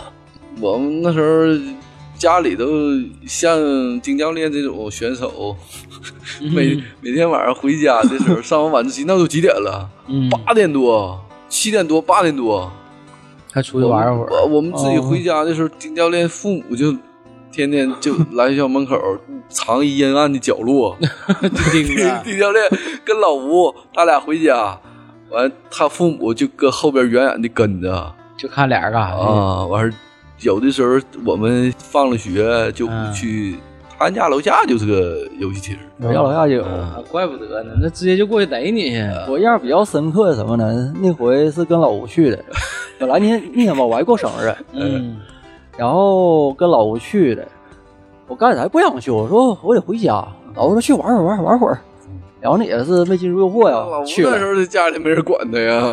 B: 我们那时候家里都像丁教练这种选手，
A: 嗯
B: 每每天晚上回家的 时候，上完晚自习那都几点了？
A: 嗯，
B: 八点多、七点多、八点多，
A: 还出去玩一会儿。
B: 我我们自己回家的时候，丁教练父母就天 天就来学校门口藏一阴暗的角 落。
A: 盯
B: 丁
A: 着。
B: 丁教练跟老吴他俩回家，完他父母就搁后边远远的跟着。
A: 就看俩人干啥去？
B: 啊，完事儿有的时候我们放了学就
D: 嗯
B: 去他家楼下就是个游戏厅，
C: 我家楼下就有。
B: 嗯
A: 啊怪不得呢，那直接就过去逮你去。
C: 我印象比较深刻是什么呢？那回是跟老吴去的，本来那那天吧我还过生日，
A: 嗯，
C: 然后跟老吴去的。我刚才不想去，我说我得回家。老吴说去玩会儿，玩会儿玩会儿。然后那也是没禁住诱惑
B: 老
C: 哎呀，
B: 吴哦
C: 去
B: 那时
C: 了
B: 候在家里没人管他呀，
C: 啊，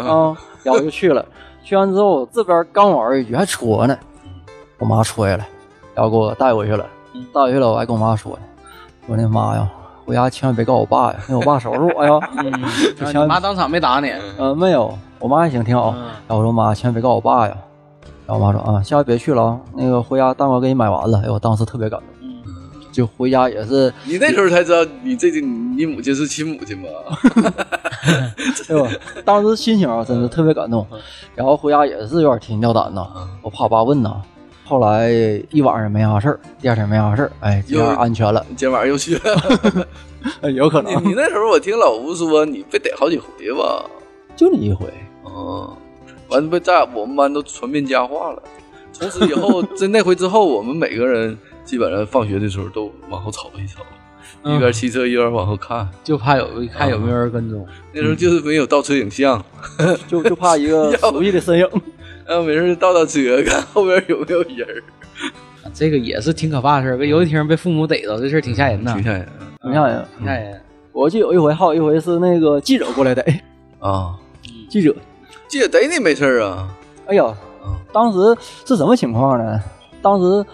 C: 然后我就去了。去完之后，这边刚玩一局还戳呢，我妈戳下来，然后给我带回去了。带回去了，我还跟我妈说呢，我的妈呀，回家千万别告我爸呀，因为我爸收拾我呀。
A: 然嗯后你妈当场没打你。
C: 嗯，没有，我妈还行，挺好。
A: 嗯
C: 然后我说妈，千万别告我爸呀。然后我妈说啊，下回别去了啊，那个回家蛋糕给你买完了。哎呦，我当时特别感动，就回家也是，
B: 你那时候才知道你这你母亲是亲母亲吧？
C: 哎呦，当时心情啊，真的特别感动。然后回家也是有点提心吊胆呐，我怕我爸问呐。后来一晚上没啥事儿，第二天没啥事儿，哎，这
B: 又
C: 样安全了，
B: 今晚上又去了，
C: 哎有可
B: 你
C: 能
B: 你那时候我听老吴说你被逮好几回吧？
C: 就你一回。
B: 嗯，完被在我们班都传遍佳话了。从此以 后，在那回之后，我们每个人基本上放学的时候都往后瞅一瞅，一边骑车一边往后看。
A: 就怕有看有没有人跟踪。
B: 那时候就是没有倒车影像，
C: 就就怕一个熟悉的身影，
B: 然后没事倒倒车，看后边有没有人儿，
A: 啊这个也是挺可怕的事儿，搁游戏厅被父母逮着，这事儿挺吓人的
B: 挺，吓人
C: 你看，
A: 嗯挺吓人。
C: 我记得有一回，还有一回是那个记者过来逮
B: 啊！
C: 记者，
B: 借逮你没事儿啊？
C: 哎呀，当时是什么情况呢？当时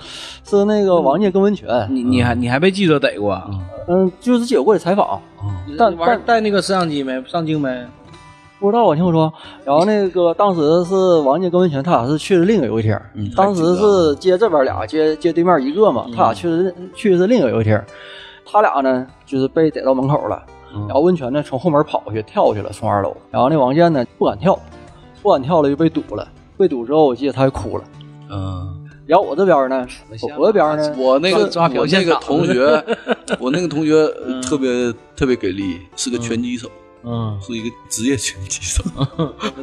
C: 是那个王爷跟温泉，
A: 你你还你还被记者逮过啊？
C: 嗯，就是记者过来采访，
A: 哦
B: 嗯
C: 但
A: 玩
C: 但
A: 带那个摄像机没？上镜没？
C: 不知道我听我说，然后那个当时是王爷跟温泉，他俩是去了另一个游戏厅，
B: 嗯
C: 当时是接这边俩接接对面一个嘛，他俩去的去的是另一个游戏厅，他俩呢就是被逮到门口了，然后温泉呢从后门跑过去跳过去了，从二楼，然后那王健呢不敢跳，不敢跳了就被堵了，被堵之后我记得他还哭了，
B: 嗯，
C: 然后我这边呢，我这边呢，
B: 啊我那个
A: 抓抓表
B: 我
A: 现嗯
B: 那个
A: 场
B: 同学，我那个同学呃特别特别给力，是个拳击手，
A: 嗯，
B: 是一个职业拳击手。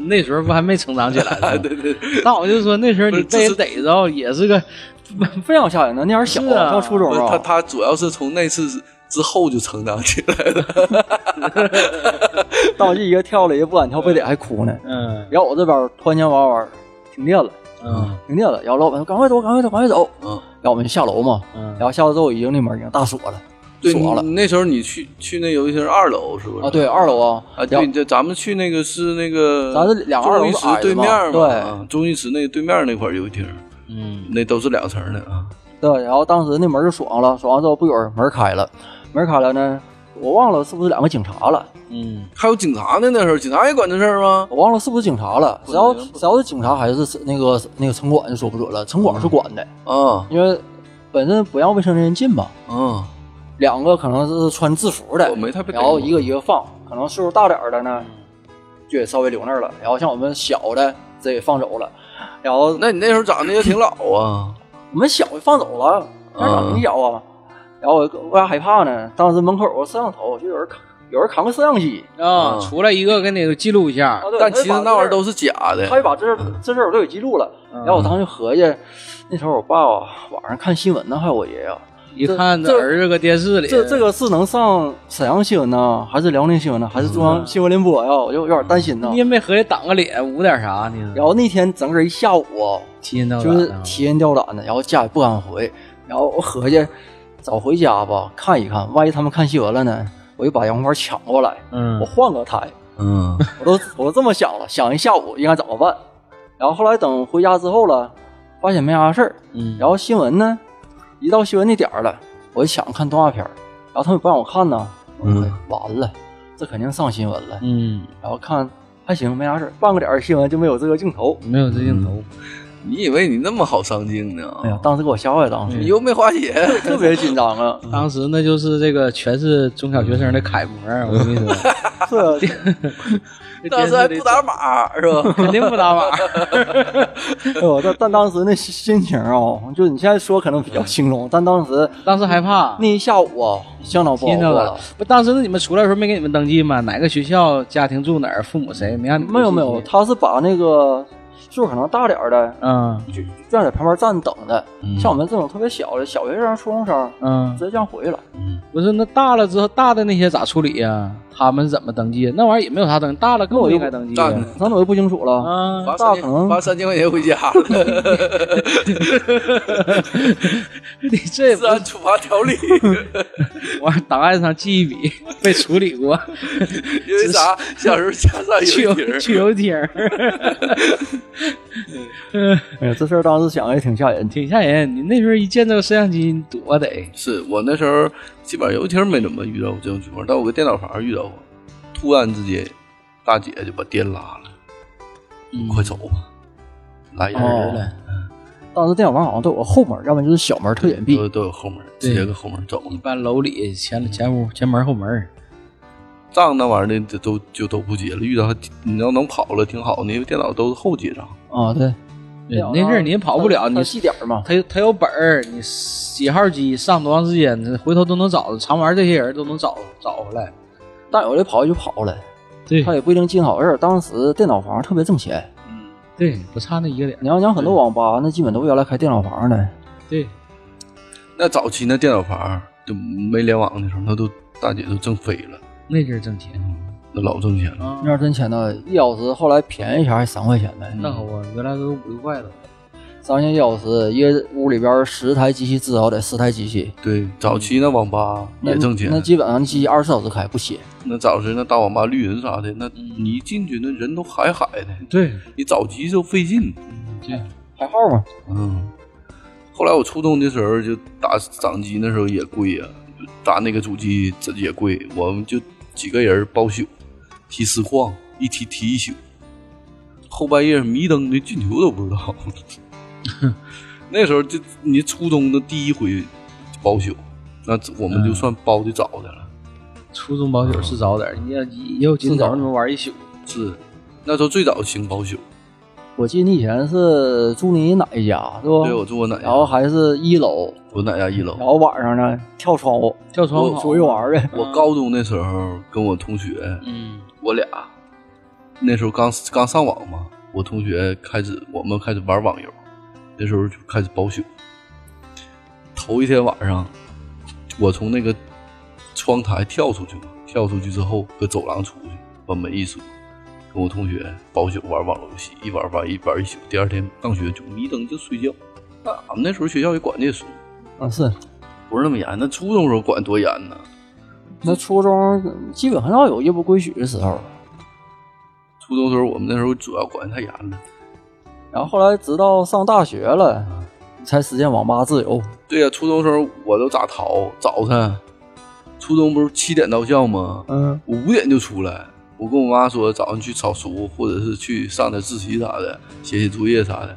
A: 那时候不还没成长起 来呢？
B: 对对，对
A: 那我就说那时候你
B: 不是
A: 被
B: 这是
A: 人逮着也是个，
C: 非常吓人的，那会儿小
A: 是啊
C: 上初中
B: 不是他
C: 啊，
B: 他主要是从那次之后就成长起来了。
C: 当时一个跳了一个不敢跳，被逮还哭呢，
A: 嗯
C: 然后我这边突然间玩玩停电了。
A: 嗯
C: 停电了，然后老板说赶快走，赶快走，赶快走。
B: 嗯，
C: 然后我们就下楼嘛，然
A: 嗯，
C: 后下楼之后已经那门已经大锁了，
B: 对，
C: 锁了
B: 你那时候你去去那游戏厅二楼是不是？
C: 啊，对，二楼啊，
B: 啊，
C: 然
B: 对，
C: 后
B: 这咱们去那个是那个，
C: 咱这两个二楼
B: 忠义
C: 是
B: 祠
C: 矮的
B: 对
C: 嘛
B: 面儿嘛，
C: 对
B: 啊忠义祠那个对面那块儿游戏厅，
A: 嗯，
B: 那都是两层的啊。
C: 对，然后当时那门就锁上了，锁上之后不一会儿门开了，门开了呢，我忘了是不是两个警察了，
A: 嗯，
B: 还有警察呢，那时候警察也管这事儿吗？
C: 我忘了是不是警察了，
B: 不
C: 只要
B: 能
C: 只要是警察还是那个那个城管就说不准了，城管是管的，
B: 啊
C: 因为本身不让未成年人进嘛，
B: 啊，
C: 两个可能是穿制服的
B: 我，没太被逮
C: 然
B: 过
C: 后一个一个放，可能岁数大点儿的呢，就得稍微留那儿了，然后像我们小的这也放走了，然后
B: 那你那时候长得也挺老啊，
C: 我们小就放走了，那哪能咬啊？然后我为啥害怕呢？当时门口有个摄像头，就有人扛有人扛个摄像机，
A: 啊，出来一个给你记录一下
C: 啊，对
B: 但其实
C: 他就把
B: 那玩意儿
C: 这
B: 都是假的。
C: 他就把这哎事这事儿我都有记录了。
B: 嗯
C: 然后我当时就合计，那时候我爸晚上看新闻呢，还有我爷呀，
A: 一看这儿子搁电视里，
C: 这这个是能上沈阳新闻呢，还是辽宁新闻呢，还是中
B: 嗯
C: 央新闻联播呀？我就有点担心呢
A: 你。也没合计挡个脸捂点啥呢？
C: 然后那天整个一下午啊，
A: 提嗯心吊胆
C: 就
A: 啊，
C: 是提心吊胆的，然后家也不敢回，然后我合计早回家吧，看一看，万一他们看新闻了呢，我就把洋红花抢过来，
A: 嗯
C: 我换个台，
B: 嗯
C: 我都我这么想了，想一下午应该怎么办。然后后来等回家之后了，发现没啥事儿，
A: 嗯，
C: 然后新闻呢，一到新闻那点儿了，我就想看动画片儿，然后他们不让我看呢，我说哎
B: 嗯
C: 完了，这肯定上新闻了。
A: 嗯，
C: 然后看还行，没啥事儿，半个点儿新闻就没有这个镜头，
A: 没有这镜头，
B: 你以为你那么好上镜呢？
C: 哎呀，当时给我吓坏了，当时
B: 你又没花钱，
C: 特别紧 张啊。
A: 当时那就是这个全是中小学生的楷模，我跟你说，
C: 是，
B: 当时还不打码是吧？
A: 肯定不打码，
C: 哎呦，但但当时那心心情啊、就你现在说可能比较轻松，但当时
A: 当时害怕
C: 那。一下午啊、相当不
A: 提
C: 好
A: 心
C: 过
A: 吊
C: 了
A: 胆。，不，当时那你们出来的时候没给你们登记吗？哪个学校、家庭住哪儿、父母谁？没让你们
C: 没有
A: 登
C: 没
A: 记
C: 有，他是把那个岁数可能大点儿的，
A: 嗯
C: 就就在旁边站等的。
B: 嗯
C: 像我们这种特别小的小学生、初中生，
A: 嗯
C: 直，接这样回去了。
A: 不是，那大了之后，大的那些咋处理呀、他们怎么登记？那玩意儿也没有啥登，大了更不应该登记
B: 大
A: 啊。
B: 了
C: 那我就不清楚了。
A: 啊，
B: 罚三
C: 大可能
B: 千，罚三千块钱回家 了，
A: 你这也不
B: 治安处罚条例。
A: 往档案上记一笔，被处理过，
B: 因为啥？小时候家上
A: 去
B: 有
A: 游
B: 一人，
A: 去游艇儿，
C: 哎呀，这事儿当时想也挺吓人。
A: 挺吓人。你那时候一见这个摄像机，你躲得。
B: 是我那时候基本上游艇没怎么遇到过这种情况，但我搁电脑房遇到过，突然之间，大姐就把电拉了，
A: 嗯
B: 快走吧，来人
C: 哦
B: 了，
C: 当时电脑房好像都有个后门，要不然就是小门特隐蔽
B: 都。都有后门，
A: 对
B: 直接搁后门走
A: 一
B: 了。
A: 般楼里前前屋、前门、后门，
B: 账那玩意儿的都就都不结了，遇到还你要能跑了挺好的，因为电脑都是后结账。
C: 啊，对，
A: 对那阵儿你也跑不了，
C: 它
A: 你
C: 它细点儿嘛。
A: 他有他有本儿，你几号机上多长时间，你回头都能找着，常玩这些人都能找找回来。
C: 但有的跑就跑了，
A: 对
C: 他也不一定进好事儿。当时电脑房特别挣钱，
A: 对，不差那一个点儿。
C: 你要讲很多网吧，那基本都是原来开电脑房的。
A: 对，
B: 那早期那电脑房就没联网的时候，那都大姐都挣飞了，
A: 那阵儿挣钱
C: 嗯
B: 那老挣钱了。
A: 啊
C: 那，样真钱呢，一小时后来便宜一下还三块钱呢。
A: 那可不，原来都五六块了。
C: 张相较时，一个屋里边十台机器至少得十台机器，
B: 对，早期那网吧
C: 那
B: 也挣钱
C: 那，基本上机器二十小时开不歇。
B: 那早晨那大网吧绿人啥的，那你一进去那人都海海的，
A: 对，
B: 你找急就费劲。
C: 排号嘛，
B: 嗯，后来我初中的时候就打掌机，那时候也贵呀、打那个主机这也贵，我们就几个人包宿，踢实况，一踢踢一宿，后半夜迷瞪的进球都不知 道。那时候就你初中的第一回包宿，那我们就算包的早的了。
A: 初中包宿是早点儿，你要也有今早上能玩一宿。
B: 是，那时候最早兴包宿，
C: 我记得你以前是住你奶家是不？
B: 对我住我奶
C: 哦然后
B: 家，
C: 还是一楼，
B: 我奶家一楼。
C: 然后晚上呢跳窗户
A: 跳窗户
C: 出去玩儿去。
B: 我高中的时候跟我同学，
A: 嗯
B: 我俩那时候刚刚上网嘛，我同学开始我们开始玩网游，那时候就开始包宿。头一天晚上，我从那个窗台跳出去嘛，跳出去之后搁走廊出去，把门一锁，跟我同学包宿玩网络游戏，一玩玩一玩一宿。第二天放学就迷瞪就睡觉。那俺们那时候学校也管这松，
C: 啊，是。
B: 不是那么严。那初中时候管多严呢？
C: 那初中基本很少有夜不归宿的时候，
B: 初中时候我们那时候主要管太严了。
C: 然后后来直到上大学了，才实现网吧自由。
B: 对呀、初中时候我都咋逃？早晨，初中不是七点到校吗？
C: 嗯，
B: 我五点就出来。我跟我妈说，早上去炒熟，或者是去上点自习啥的，写写作业啥的。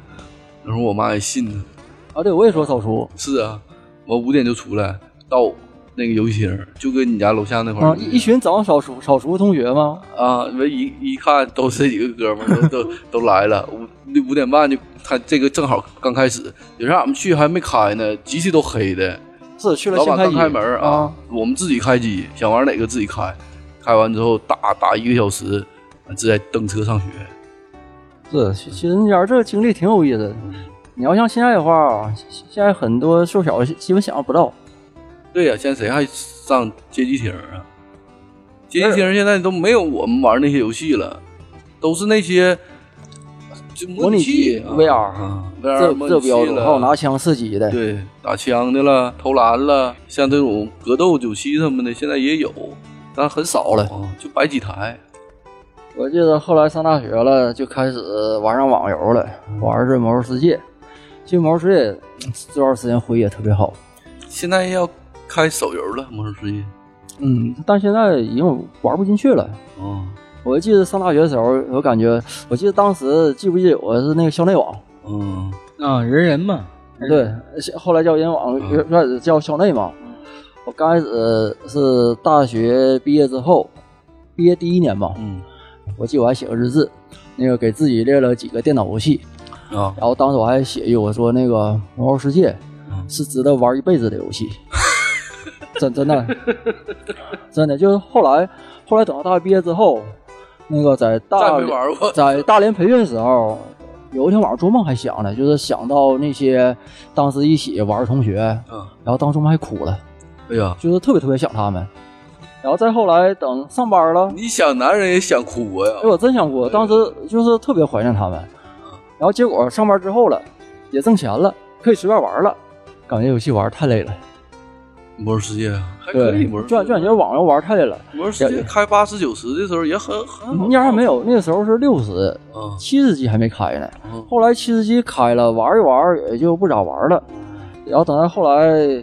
B: 那时候我妈也信呢。
C: 啊，对，我也说扫除，
B: 是啊，我五点就出来，到那个游戏厅，就跟你家楼下那块儿、
C: 啊，一一群早上扫除扫除同学吗？
B: 啊，我一一看都是一个哥们儿， 都都都来了。五五点半就他这个正好刚开始，有时候俺们去还没开呢，机器都黑的。
C: 是去了
B: 老
C: 先
B: 板
C: 开
B: 刚
C: 机
B: 开门儿啊
C: 啊，，
B: 我们自己开机，想玩哪个自己开，开完之后打打一个小时，完这再蹬车上学。
C: 是，其其实那点这个经历挺有意思的。你要像现在的话，现现在很多瘦小基本想象不到。
B: 对呀、现在谁还上街机厅啊？街机厅现在都没有我们玩那些游戏了，都是那些就模器、
C: 模拟器 VR
B: 啊
C: 这
B: ，VR 模
C: 这
B: 拟器
C: 标准，还有拿
B: 了，
C: 枪射击的，
B: 对，打枪的了，投篮了，像这种格斗九七什么的，现在也有，但很少
C: 了
B: 啊就摆几台。
C: 我记得后来上大学了，就开始玩上网游了，玩这《魔兽世界》。其实《魔兽世界》这段时间回忆也特别好，
B: 现在要开手游了，《魔兽世界》。
C: 嗯，但现在已经玩不进去了。
B: 哦，
C: 我记得上大学的时候，我感觉，我记得当时记不记得我是那个校内网，
B: 嗯，
A: 啊，人人嘛，
C: 对，后来叫人网，
B: 嗯
C: 原开始叫校内嘛。我刚开始是大学毕业之后，毕业第一年嘛，
B: 嗯
C: 我记得我还写个日志，那个给自己列了几个电脑游戏，
B: 啊，
C: 然后当时我还写一我说那个《魔兽世界》
B: 嗯
C: 是值得玩一辈子的游戏，真 真的，真的就是后来后来等到大学毕业之后，那个在
B: 再
C: 大
B: 没玩过。
C: 啊在大连培训的时候，有一天晚上做梦还想呢，就是想到那些当时一起玩的同学，然
B: 嗯，
C: 后当时我们还哭了，
B: 哎呀，
C: 就是特别特别想他们。然后再后来等上班了，
B: 你想男人也想啊哭
C: 哎，
B: 呀？
C: 我真想哭，当时就是特别怀念他们。然后结果上班之后了，也挣钱了，可以随便玩了，感觉游戏玩太累了。
B: 魔兽世界还可
C: 对，
B: 以，魔
C: 就
B: 兽
C: 感就感觉网游玩太累了。
B: 魔兽世界开八十九十的时候也很很好。啊
C: 那时候还没有，那个时候是六十、
B: 嗯
C: 七十级还没开呢。
B: 嗯
C: 后来七十级开了，玩一玩也就不咋玩了。然后等到后来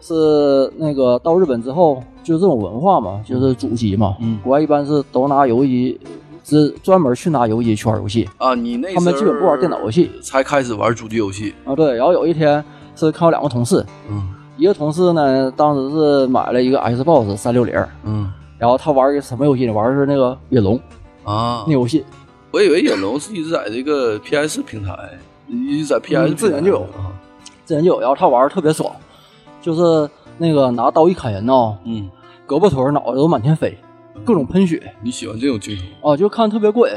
C: 是那个到日本之后，就这种文化嘛，就是主机嘛。
B: 嗯
C: 国外一般是都拿游戏，是专门去拿游戏去玩游戏
B: 啊，你那时候
C: 他们基本不玩电脑游戏，
B: 才开始玩主机游戏。
C: 啊。对，然后有一天是看我两个同事，
B: 嗯
C: 一个同事呢当时是买了一个 Xbox 三六零，
B: 嗯
C: 然后他玩一个什么游戏呢？玩的是那个野龙
B: 啊
C: 那，游戏，
B: 我以为野龙是一直在这个 PS 平台，一直在 PS 平台
C: 嗯自然就有
B: 啊。
C: 之前就有，然后他玩的特别爽，就是那个拿刀一砍人呐、哦
B: 嗯，
C: 胳膊腿儿脑袋都满天飞，各种喷血。
B: 你喜欢这种镜头？
C: 啊，就看特别过瘾。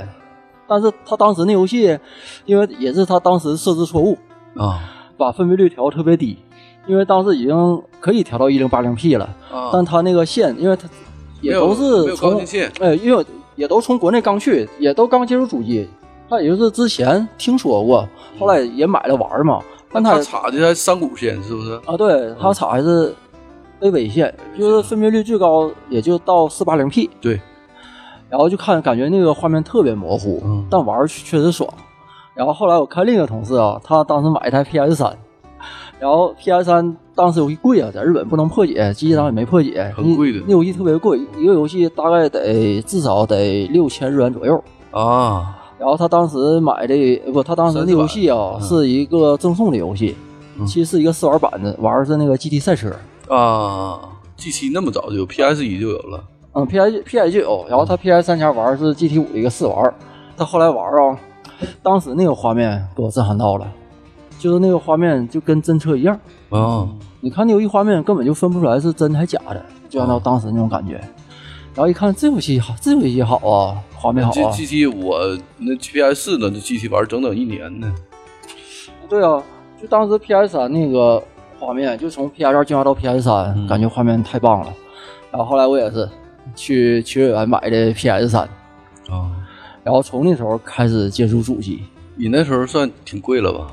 C: 但是他当时那游戏，因为也是他当时设置错误，
B: 啊
C: 把分辨率调特别低，因为当时已经可以调到一零八零 P 了，
B: 啊，
C: 但他那个线，因为他也
B: 没有
C: 都
B: 没
C: 是
B: 有高
C: 从
B: 清线
C: 哎，因为也都从国内刚去，也都刚接触主机，他也就是之前听说过，后来也买了玩儿嘛。但他
B: 他插的还山谷线是不是？
C: 啊，对，
B: 嗯
C: 他插还是 A 纬线，就是分辨率最高也就到四八零 P，
B: 对，
C: 然后就看感觉那个画面特别模糊，
B: 嗯
C: 但玩儿确实爽。然后后来我看另一个同事啊，他当时买一台 PS 三，然后 PS 三当时游戏贵啊，在日本不能破解，机器上也没破解，
B: 很贵的
C: 那那游戏特别贵，一个游戏大概得至少得六千日元左右。
B: 啊，
C: 然后他当时买的呃不，他当时那游戏啊
B: 三四
C: 是一个赠送的游戏，
B: 嗯
C: 其实是一个试玩版的，玩的是那个 GT 赛车。
B: 啊，G 七那么早就有，PS 一就有了。
C: 嗯，PS PS 就有，然后
B: 嗯
C: 他 PS 三前玩的是 GT 五的一个试玩，他后来玩啊，当时那个画面给我震撼到了，就是那个画面就跟真车一样，
B: 啊，
C: 你看那游戏画面根本就分不出来是真的还假的，就
B: 啊
C: 按照当时那种感觉。然后一看这游戏好，这游戏好啊，画面好
B: 这
C: 啊，
B: G 七我那 PS 四呢，这 G 七玩整整一年呢。
C: 对啊，就当时 PS 三那个画面，就从 PS 二进化到 PS 三、
B: 嗯
C: 感觉画面太棒了。然后后来我也是去去瑞园买的 PS 三，哦
B: 啊，
C: 然后从那时候开始接触主机。
B: 你那时候算挺贵了吧？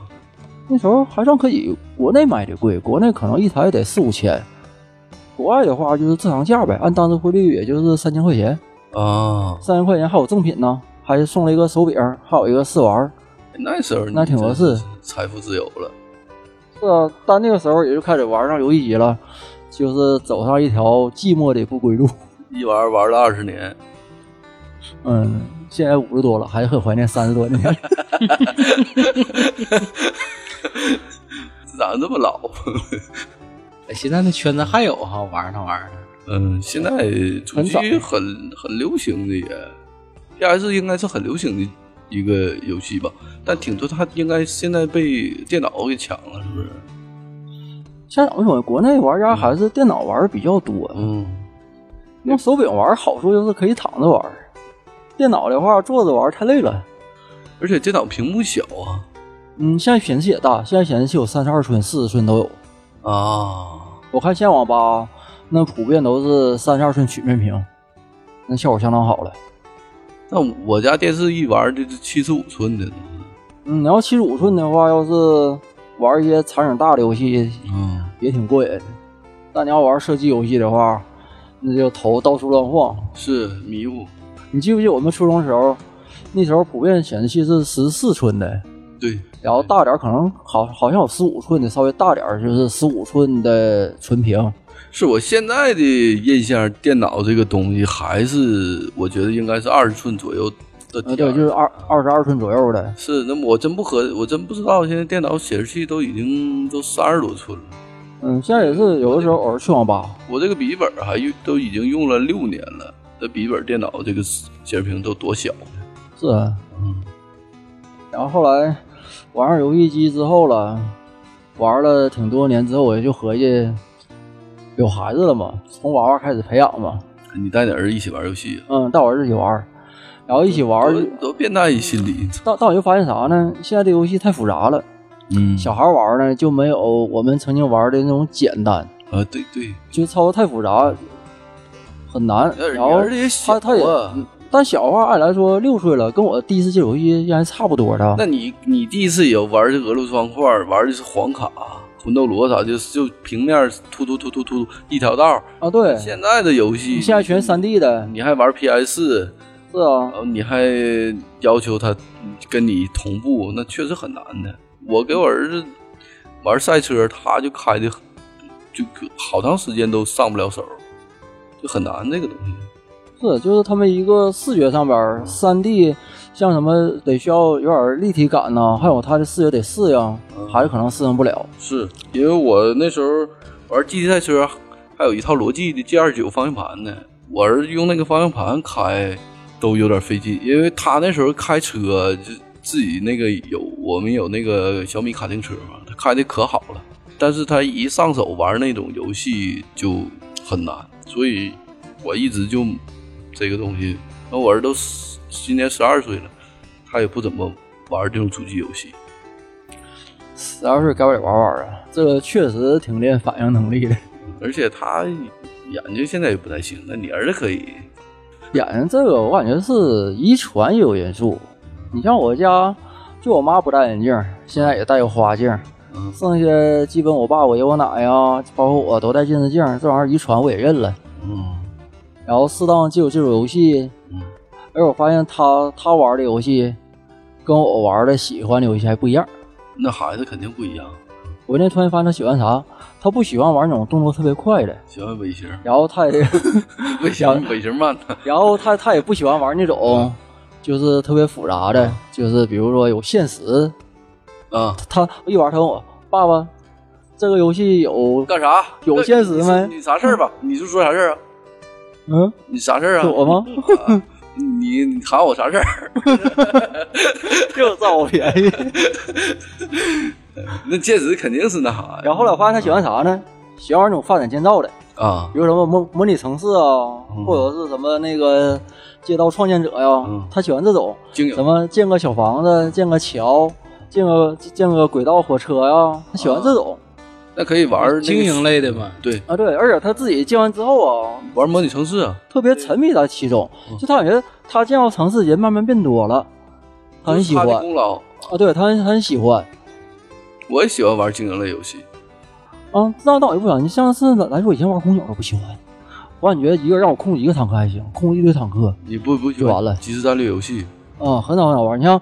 C: 那时候还算可以，国内买的贵，国内可能一台得四五千，国外的话就是正常价呗，按当时汇率也就是三千块钱，
B: 啊，
C: 三千块钱还有赠品呢，还送了一个手柄，还有一个试玩。
B: 那时候你
C: 那挺合适
B: 真是财富自由了。
C: 是啊，但那个时候也就开始玩上游戏机了，就是走上一条寂寞的不归路。
B: 一玩玩了二十年，
C: 嗯，现在五十多了，还很怀念三十多那年。
B: 咋这么老？
A: 哎现在那圈子还有哈玩儿那玩意儿的，
B: 嗯，现在主
C: 很
B: 机
C: 早
B: 很很流行的也，PS 应该是很流行的一个游戏吧，但挺多它应该现在被电脑给抢了，是不是？
C: 现在为什么国内玩家还是电脑玩比较多？
B: 嗯，
C: 用手柄玩好处就是可以躺着玩，电脑的话坐着玩太累了。
B: 而且电脑屏幕小啊
C: 嗯，现在显示器也大，现在显示器有三十二寸、四十寸都有。
B: 啊，
C: 我看现在网吧那普遍都是三十二寸曲面屏，那效果相当好了。
B: 那我家电视一玩就是七十五寸的，
C: 嗯，然后七十五寸的话，要是玩一些场景大的游戏
B: 嗯，
C: 也挺过瘾的。但你要玩射击游戏的话，那就头到处乱晃。
B: 是迷雾，
C: 你记不记得我们初中时候，那时候普遍显示器是十四寸的，
B: 对，
C: 然后大点儿可能好好像有十五寸的，稍微大点儿就是十五寸的纯屏。
B: 是我现在的印象，电脑这个东西还是我觉得应该是二十寸左右的点
C: 呃，对，
B: 儿
C: 就是二二十二寸左右的。
B: 是，那么我真不合，我真不知道现在电脑显示器都已经都三十多寸了。
C: 嗯，现在也是有的时候偶尔去网吧，
B: 我这个笔记本还用都已经用了六年了，这笔记本电脑这个显示屏都多小
C: 是啊。
B: 嗯
C: 然后后来玩上游戏机之后了，玩了挺多年之后，我就合计有孩子了嘛，从娃娃开始培养嘛，
B: 你带你儿子一起玩游戏、啊，
C: 嗯，带我儿子一起玩儿，然后一起玩儿，
B: 多多变态心理。
C: 但但我就发现啥呢？现在这游戏太复杂了，
B: 嗯
C: 小孩玩儿呢就没有我们曾经玩的那种简单，
B: 啊，对对，
C: 就操作太复杂，很难。
B: 你儿
C: 然后
B: 你儿子也小
C: 他他也
B: 啊，
C: 但小话按理来说六岁了，跟我第一次接手游戏应该差不多的。
B: 那你你第一次也玩这俄罗斯方块，玩的是黄卡、魂斗罗啥，就是就平面突突突突突一条道儿。
C: 啊，对，
B: 现在的游戏，
C: 现在全三 D 的，
B: 你还玩 PS 四，
C: 是啊
B: 然，后哦你还要求他跟你同步，那确实很难的。我给我儿子玩赛车，他就开的就好长时间都上不了手，就很难这个东西。
C: 是就是他们一个视觉上边儿，三 D 像什么得需要有点立体感呐、还有他的视觉得适应，
B: 嗯
C: 孩子可能适应不了。
B: 是因为我那时候玩 GT 赛车，还有一套罗技的 G 二九方向盘呢。我儿子用那个方向盘开都有点费劲，因为他那时候开车就自己那个有我们有那个小米卡丁车嘛，他开的可好了。但是他一上手玩那种游戏就很难，所以我一直就这个东西。那我儿子都十今年十二岁了，他也不怎么玩这种主机游戏。
C: 十二岁该玩玩玩啊，这个确实挺练反应能力的。
B: 而且他眼睛现在也不太行，那你儿子可以
C: 眼睛这个我感觉是遗传也有因素，你像我家，就我妈不戴眼镜儿，现在也戴个花镜儿，
B: 嗯
C: 剩下基本我爸、我爷、我奶呀，包括我都戴近视镜儿，这玩意儿遗传我也认了。
B: 嗯
C: 然后适当借我这种游戏，
B: 嗯
C: 而我发现他他玩的游戏，跟我玩的喜欢的游戏还不一样。
B: 那孩子肯定不一样，
C: 我那天突然发现他喜欢啥，他不喜欢玩那种动作特别快的，
B: 喜欢尾型，
C: 然后他也，
B: 尾型尾型慢 的，
C: 然后他他也不喜欢玩那
B: 嗯
C: 种，就是特别复杂的，就是比如说有限时，
B: 啊，
C: 他一玩他问我爸爸，这个游戏有
B: 干啥？
C: 有
B: 那
C: 现实
B: 你
C: 没
B: 你啥事儿吧？你就说啥事儿啊？
C: 嗯
B: 你啥事儿啊？
C: 是我吗？
B: 啊？你你喊我啥事儿？
C: 又占我便宜。
B: 那戒指肯定是那啥呀。
C: 然后后来我发现他喜欢啥呢？喜欢玩那种发展建造的，
B: 啊
C: 比，如什么模模拟城市啊，
B: 嗯
C: 或者是什么那个街道创建者呀、
B: 嗯
C: 他喜欢这种。
B: 经营
C: 什么建个小房子，建个桥，建个建个轨道火车呀，他喜欢这种
B: 那可以玩儿那个
A: 经营类的嘛，
B: 对，
C: 啊对，而且他自己建完之后啊，
B: 玩模拟城市啊，
C: 特别沉迷在其中
B: 嗯，
C: 就他感觉他建造城市人慢慢变多了，他很喜欢
B: 这是他的功劳。
C: 啊，对他很很喜欢。
B: 我也喜欢玩经营类游戏，
C: 啊，那那我也不想，你像是咱说以前玩空手都不喜欢，我感觉一个让我控制一个坦克还行，控制一堆坦克
B: 你不不喜
C: 就
B: 欢
C: 完了
B: 即时战略游戏，
C: 啊，很少很少玩。你像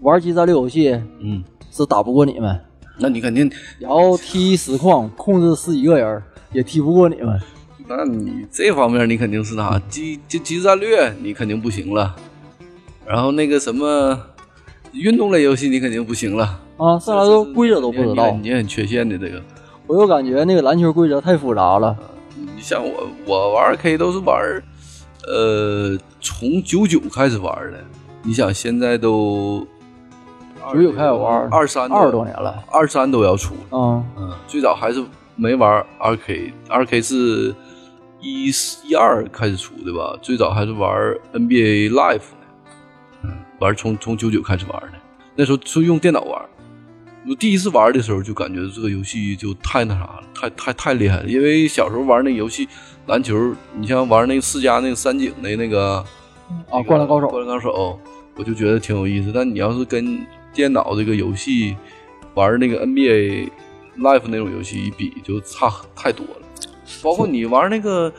C: 玩机战略游戏
B: 嗯，
C: 是打不过你们，
B: 那你肯定，
C: 然后踢实况控制十几个人儿也踢不过你们。
B: 那你这方面你肯定是啥即即即时战略你肯定不行了，然后那个什么运动类游戏你肯定不行了，
C: 啊，上来都规则都不知
B: 你
C: 道
B: 很，你很缺陷的这个。
C: 我就感觉那个篮球规则太复杂了。
B: 你像我，我玩 K 都是玩儿，呃，从九九开始玩儿的。你想现在都
C: 九九开始玩
B: 二三
C: 二十多年了，
B: 二三都要出了。
C: 啊，
B: 嗯，最早还是没玩二 K，二 K 是一一二开始出的吧？最早还是玩 NBA Live 的，嗯，玩从从九九开始玩的，那时候是用电脑玩。我第一次玩的时候就感觉这个游戏就太那啥了，太太太厉害了。因为小时候玩那游戏篮球，你像玩那个世嘉那个三井的那个那个
C: 啊，灌篮高手
B: 灌篮高手，哦我就觉得挺有意思。但你要是跟电脑这个游戏玩那个 NBA Live 那种游戏一比，就差太多了。包括你玩那个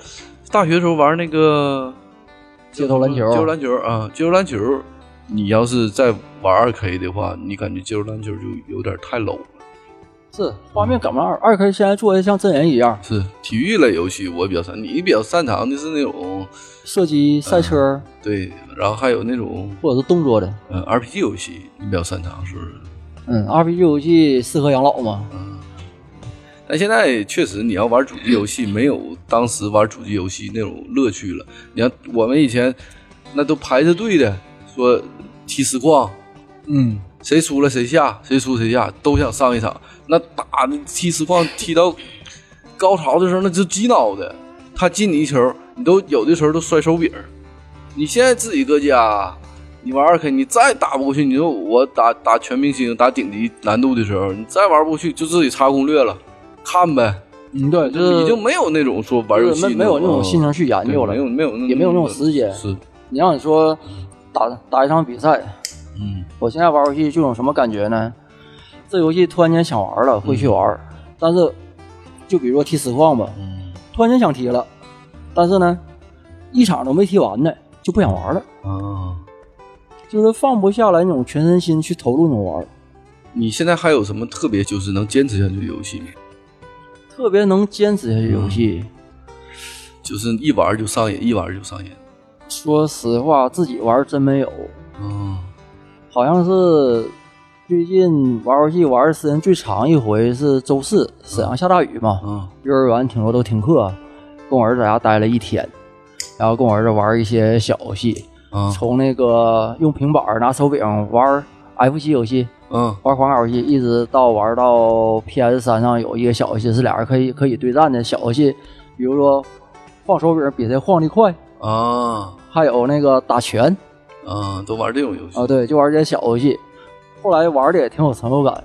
B: 大学时候玩那个
C: 街头篮球
B: 街头篮球啊，街头篮球，你要是再玩二 K 的话，你感觉街头篮球就有点太 low 了。
C: 是画面感不上二二 K 现在做的像真人一样，
B: 是体育类游戏我比较擅，你比较擅长的是那种
C: 射击、赛车
B: 对，然后还有那种
C: 或者是动作的。
B: 嗯 RPG 游戏，你比较擅长是不是？
C: 嗯，RPG 游戏适合养老嘛？
B: 但现在确实，你要玩主机游戏，没有当时玩主机游戏那种乐趣了。你看我们以前那都排着队的，说踢实况，
C: 嗯，
B: 谁输了谁下，谁输谁下，都想上一场。那打那踢实况踢到高潮的时候，那就激脑的。他进你一球，你都有的时候都摔手柄儿。你现在自己搁家，啊你玩二 K，你再打不过去，你说我打打全明星、打顶级难度的时候，你再玩不过去，就自己查攻略了，看呗。
C: 嗯，对，就
B: 就是
C: 是
B: 已经没有那种说玩游
C: 就是
B: 戏
C: 没没有那种心情去研
B: 没
C: 究
B: 有
C: 了
B: 没。有没有
C: 哦也没有那种时间
B: 是
C: 你让你说打打一场比赛，
B: 嗯
C: 我现在玩游戏就有什么感觉呢？这游戏突然间想玩了，会去玩儿，但是就比如说踢实况吧，
B: 嗯
C: 突然间想踢了，但是呢，一场都没踢完呢，就不想玩了，
B: 啊。
C: 就是放不下来那种全身心去投入那种玩儿，
B: 你现在还有什么特别就是能坚持下去的游戏吗？
C: 特别能坚持下去的游戏。
B: 就是一玩就上瘾，一玩就上瘾。
C: 说实话，自己玩儿真没有，
B: 嗯
C: 好像是最近玩游戏玩的时间最长一回是周四，沈阳下大雨嘛，
B: 嗯
C: 幼儿园挺多都停课，跟我儿子在家待了一天，然后跟我儿子玩一些小游戏，
B: 嗯
C: 从那个用平板儿拿手柄玩 FC 游戏，
B: 嗯
C: 玩黄卡游戏，一直到玩到 PS 三上有一个小游戏是俩人可以可以对战的小游戏，比如说晃手柄比谁晃得快，
B: 啊
C: 还有那个打拳
B: 啊，都玩这种游戏
C: 啊，对，就玩这些小游戏。后来玩的也挺有成就感，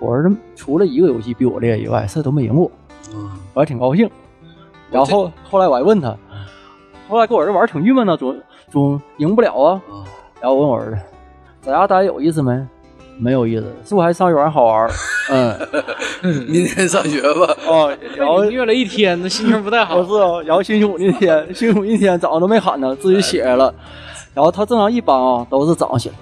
C: 我儿子除了一个游戏比我厉害以外，这都没赢过。
B: 嗯
C: 我还挺高兴。然后后来我还问他，后来跟我儿子玩儿挺郁闷的，总总赢不了啊。
B: 啊
C: 然后我问我儿子，在家待有意思没？没有意思，是不是还上幼儿园好 玩儿？嗯，
B: 明天上学吧。
C: 哦，然后
A: 被你虐了一天，那心情不太
C: 不
A: 好。
C: 是哦，然后星期五那天，星期五那天早上都没喊他，自己起来了。然后他正常一般啊，都是早上起来。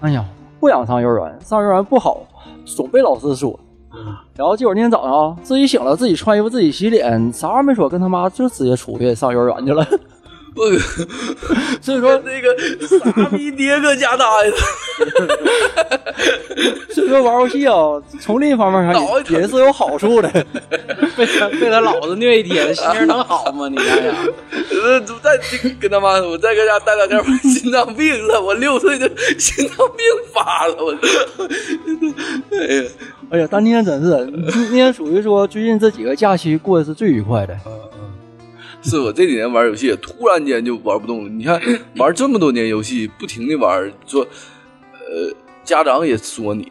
C: 哎呀，不想上幼儿园，上幼儿园不好，总被老师说。
A: 嗯
C: 然后结果那天早上啊，自己醒了，自己穿衣服，自己洗脸，啥玩意儿没说，跟他妈就直接出去上幼儿园去了。
B: 我
C: 所以说，
B: 那个傻逼爹搁家待着，
C: 所以说玩游戏啊，从另一方面上
B: 脑袋
C: 也也是有好处的。
A: 被他被他老子虐一天，心 情能好吗？你看呀，
B: 呃再跟他妈，我再搁家待两天，我心脏病了。我六岁就心脏病发了，我。 哎呀，
C: 哎呀，但那天真是，那天属于说最近这几个假期过得是最愉快的。
B: 是我这几年玩游戏，突然间就玩不动了。你 看，玩这么多年游戏，不停的玩，说，呃，家长也说你，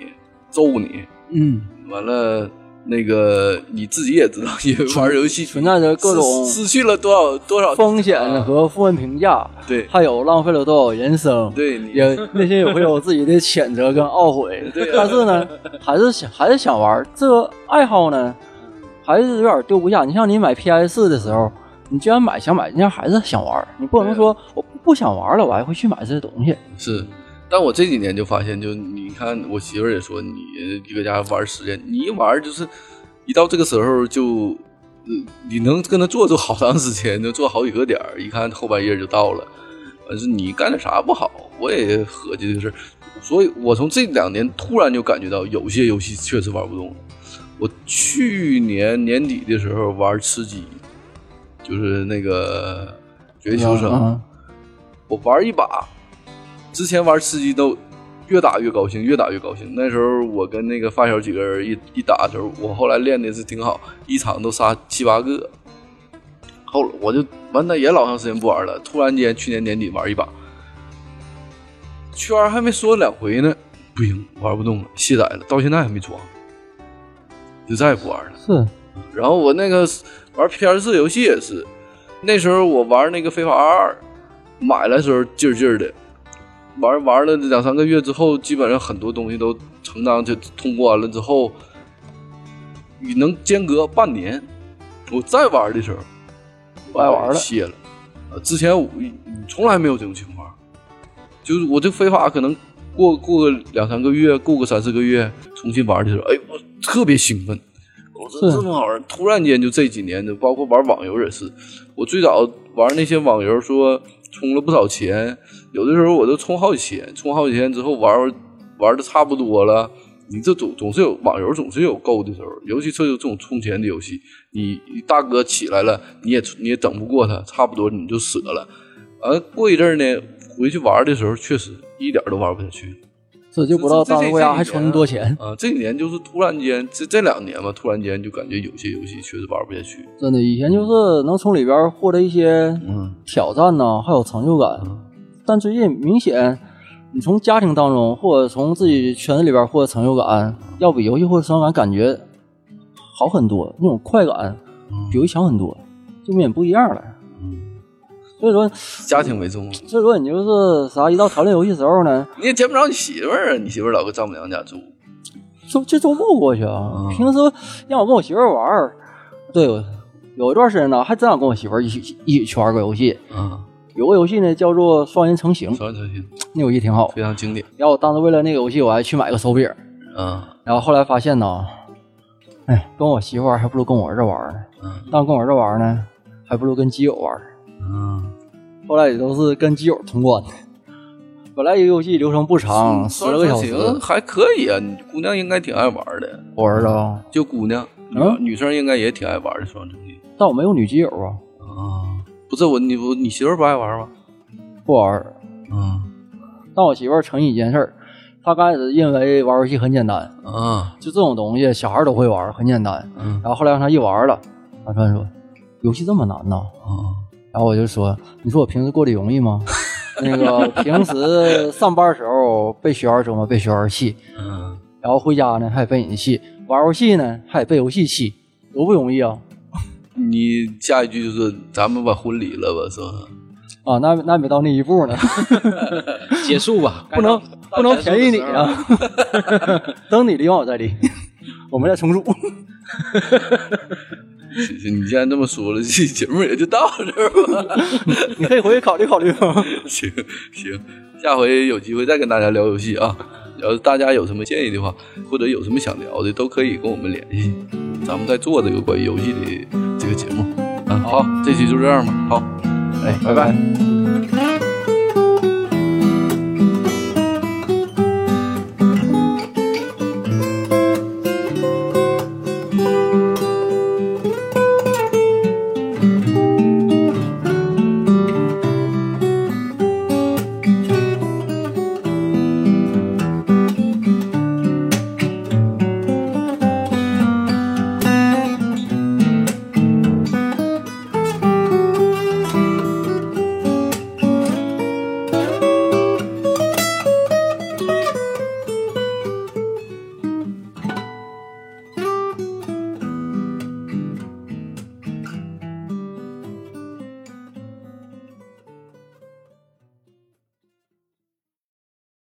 B: 揍你，
C: 嗯。
B: 完了。那个你自己也知道，因为玩游戏
C: 存在着各种
B: 失失去了多少多少
C: 风险和负面评价，
B: 对
C: 还有浪费了多少人生，
B: 对你
C: 也内心也会有自己的谴责跟懊悔。
B: 对啊
C: 但是呢，还是想还是想玩儿这个爱好呢，还是有点丢不下。你像你买 PS 四的时候，你既然买想买，人家还是想玩儿，你不
B: 啊
C: 能说我不想玩了，我还会去买这些东西。
B: 是，但我这几年就发现，就你看，我媳妇儿也说，你搁家玩时间，你一玩就是一到这个时候就，呃你能跟他坐坐好长时间，能坐好几个点儿，一看后半夜就到了。完事你干点啥不好，我也合计这个事儿，所以我从这两年突然就感觉到，有些游戏确实玩不动了。我去年年底的时候玩吃鸡，就是那个《绝地求生》
C: 嗯
B: 我玩一把，之前玩吃鸡都越打越高兴，越打越高兴。那时候我跟那个发小几个人一一打的时候，我后来练的是挺好，一场都杀七八个。后来我就完蛋，也老长时间不玩了。突然间去年年底玩一把，圈儿还没说两回呢，不行，玩不动了，卸载了，到现在还没装，就再也不玩了。
C: 是
B: 然后我那个玩 PS 四游戏也是，那时候我玩那个《非法二》，买来的时候劲儿劲儿的，玩玩了两三个月之后，基本上很多东西都成章就通关了之后，你能间隔半年，我再玩的时候，
C: 不爱玩了
B: 卸了。呃之前我从来没有这种情况，就是我这非法可能过过个两三个月，过个三四个月重新玩的时候，哎，我特别兴奋，我说
C: 是
B: 这么好玩，突然间就这几年的，包括玩网游也是，我最早玩那些网游说充了不少钱，有的时候我都充好几千，充好几千之后玩玩的差不多了。你这总总是有网游总是有够的时候，尤其这这种充钱的游戏，你你大哥起来了，你也你也整不过他，差不多你就舍了。完、过一阵儿呢，回去玩的时候，确实一点儿都玩不下去
C: 这就不知道
B: 这这
C: 当时
B: 这
C: 为啥
B: 一
C: 还
B: 年
C: 存那么多钱，
B: 啊。这几年就是突然间，这这两年吧，突然间就感觉有些游戏确实玩不下去。
C: 真的以前就是能从里边儿获得一些
B: 嗯，
C: 挑战呢，还有成就感。但最近明显，你从家庭当中或者从自己圈子里边获得成就感，要比游戏获得成就感感觉好很多，那种快感比游戏强很多，就明显不一样了。所以说，
B: 家庭为重啊，
C: 所以说你就是啥，一到讨论游戏时候呢，
B: 你也见不着你媳妇儿啊，你媳妇儿老搁丈母娘家住。
C: 就就周末过去啊。平时让我跟我媳妇儿玩儿，对，我有一段时间呢，还真想跟我媳妇儿一起一起去玩个游戏。
B: 啊，
C: 有个游戏呢叫做双人成行，
B: 双人成行
C: 那游戏挺好。
B: 非常经典
C: 然后我当时为了那个游戏，我还去买个手柄儿。
B: 啊。
C: 然后后来发现呢，哎，跟我媳妇玩还不如跟我儿子玩呢。
B: 嗯
C: 但跟我儿子玩呢，还不如跟基友玩。
B: 嗯，
C: 后来也都是跟基友通关的。本来一个游戏流程不长，啊十
B: 双人
C: 来个小
B: 成
C: 时。
B: 行还可以啊，你姑娘应该挺爱玩的，
C: 我儿子，啊，
B: 就姑娘，
C: 嗯
B: 女女生应该也挺爱玩的双人成行
C: 但我没有女基友啊，
B: 啊。不是我，你不你媳妇儿不爱玩吗？
C: 不玩儿。
B: 嗯
C: 但我媳妇儿承认一件事儿，她刚开始因为玩游戏很简单，
B: 啊
C: 就这种东西小孩儿都会玩儿，很简单。
B: 嗯
C: 然后后来让她一玩了，她突然说：“游戏这么难呢？”
B: 啊
C: 然后我就说：“你说我平时过得容 易吗？那个平时上班时候被学校折磨，被学校气，
B: 嗯，
C: 然后回家呢还得被你气，玩游戏呢还得被游戏气，多不容易啊！
B: 你下一句就是咱们把婚离了吧，是吧？
C: 啊，那那没到那一步呢，
A: 结束吧，
C: 不能不能便宜你啊， 等你离完我再离， 我们再重组。
B: 行行你既然这么说了，这节目也就到这儿吧。
C: 你可以回去考虑考虑吗？
B: 行行，下回有机会再跟大家聊游戏啊。要是大家有什么建议的话，或者有什么想聊的，都可以跟我们联系，咱们再做这个关于游戏的这个节目。嗯，好，这期就这样吧。好，哎，拜拜。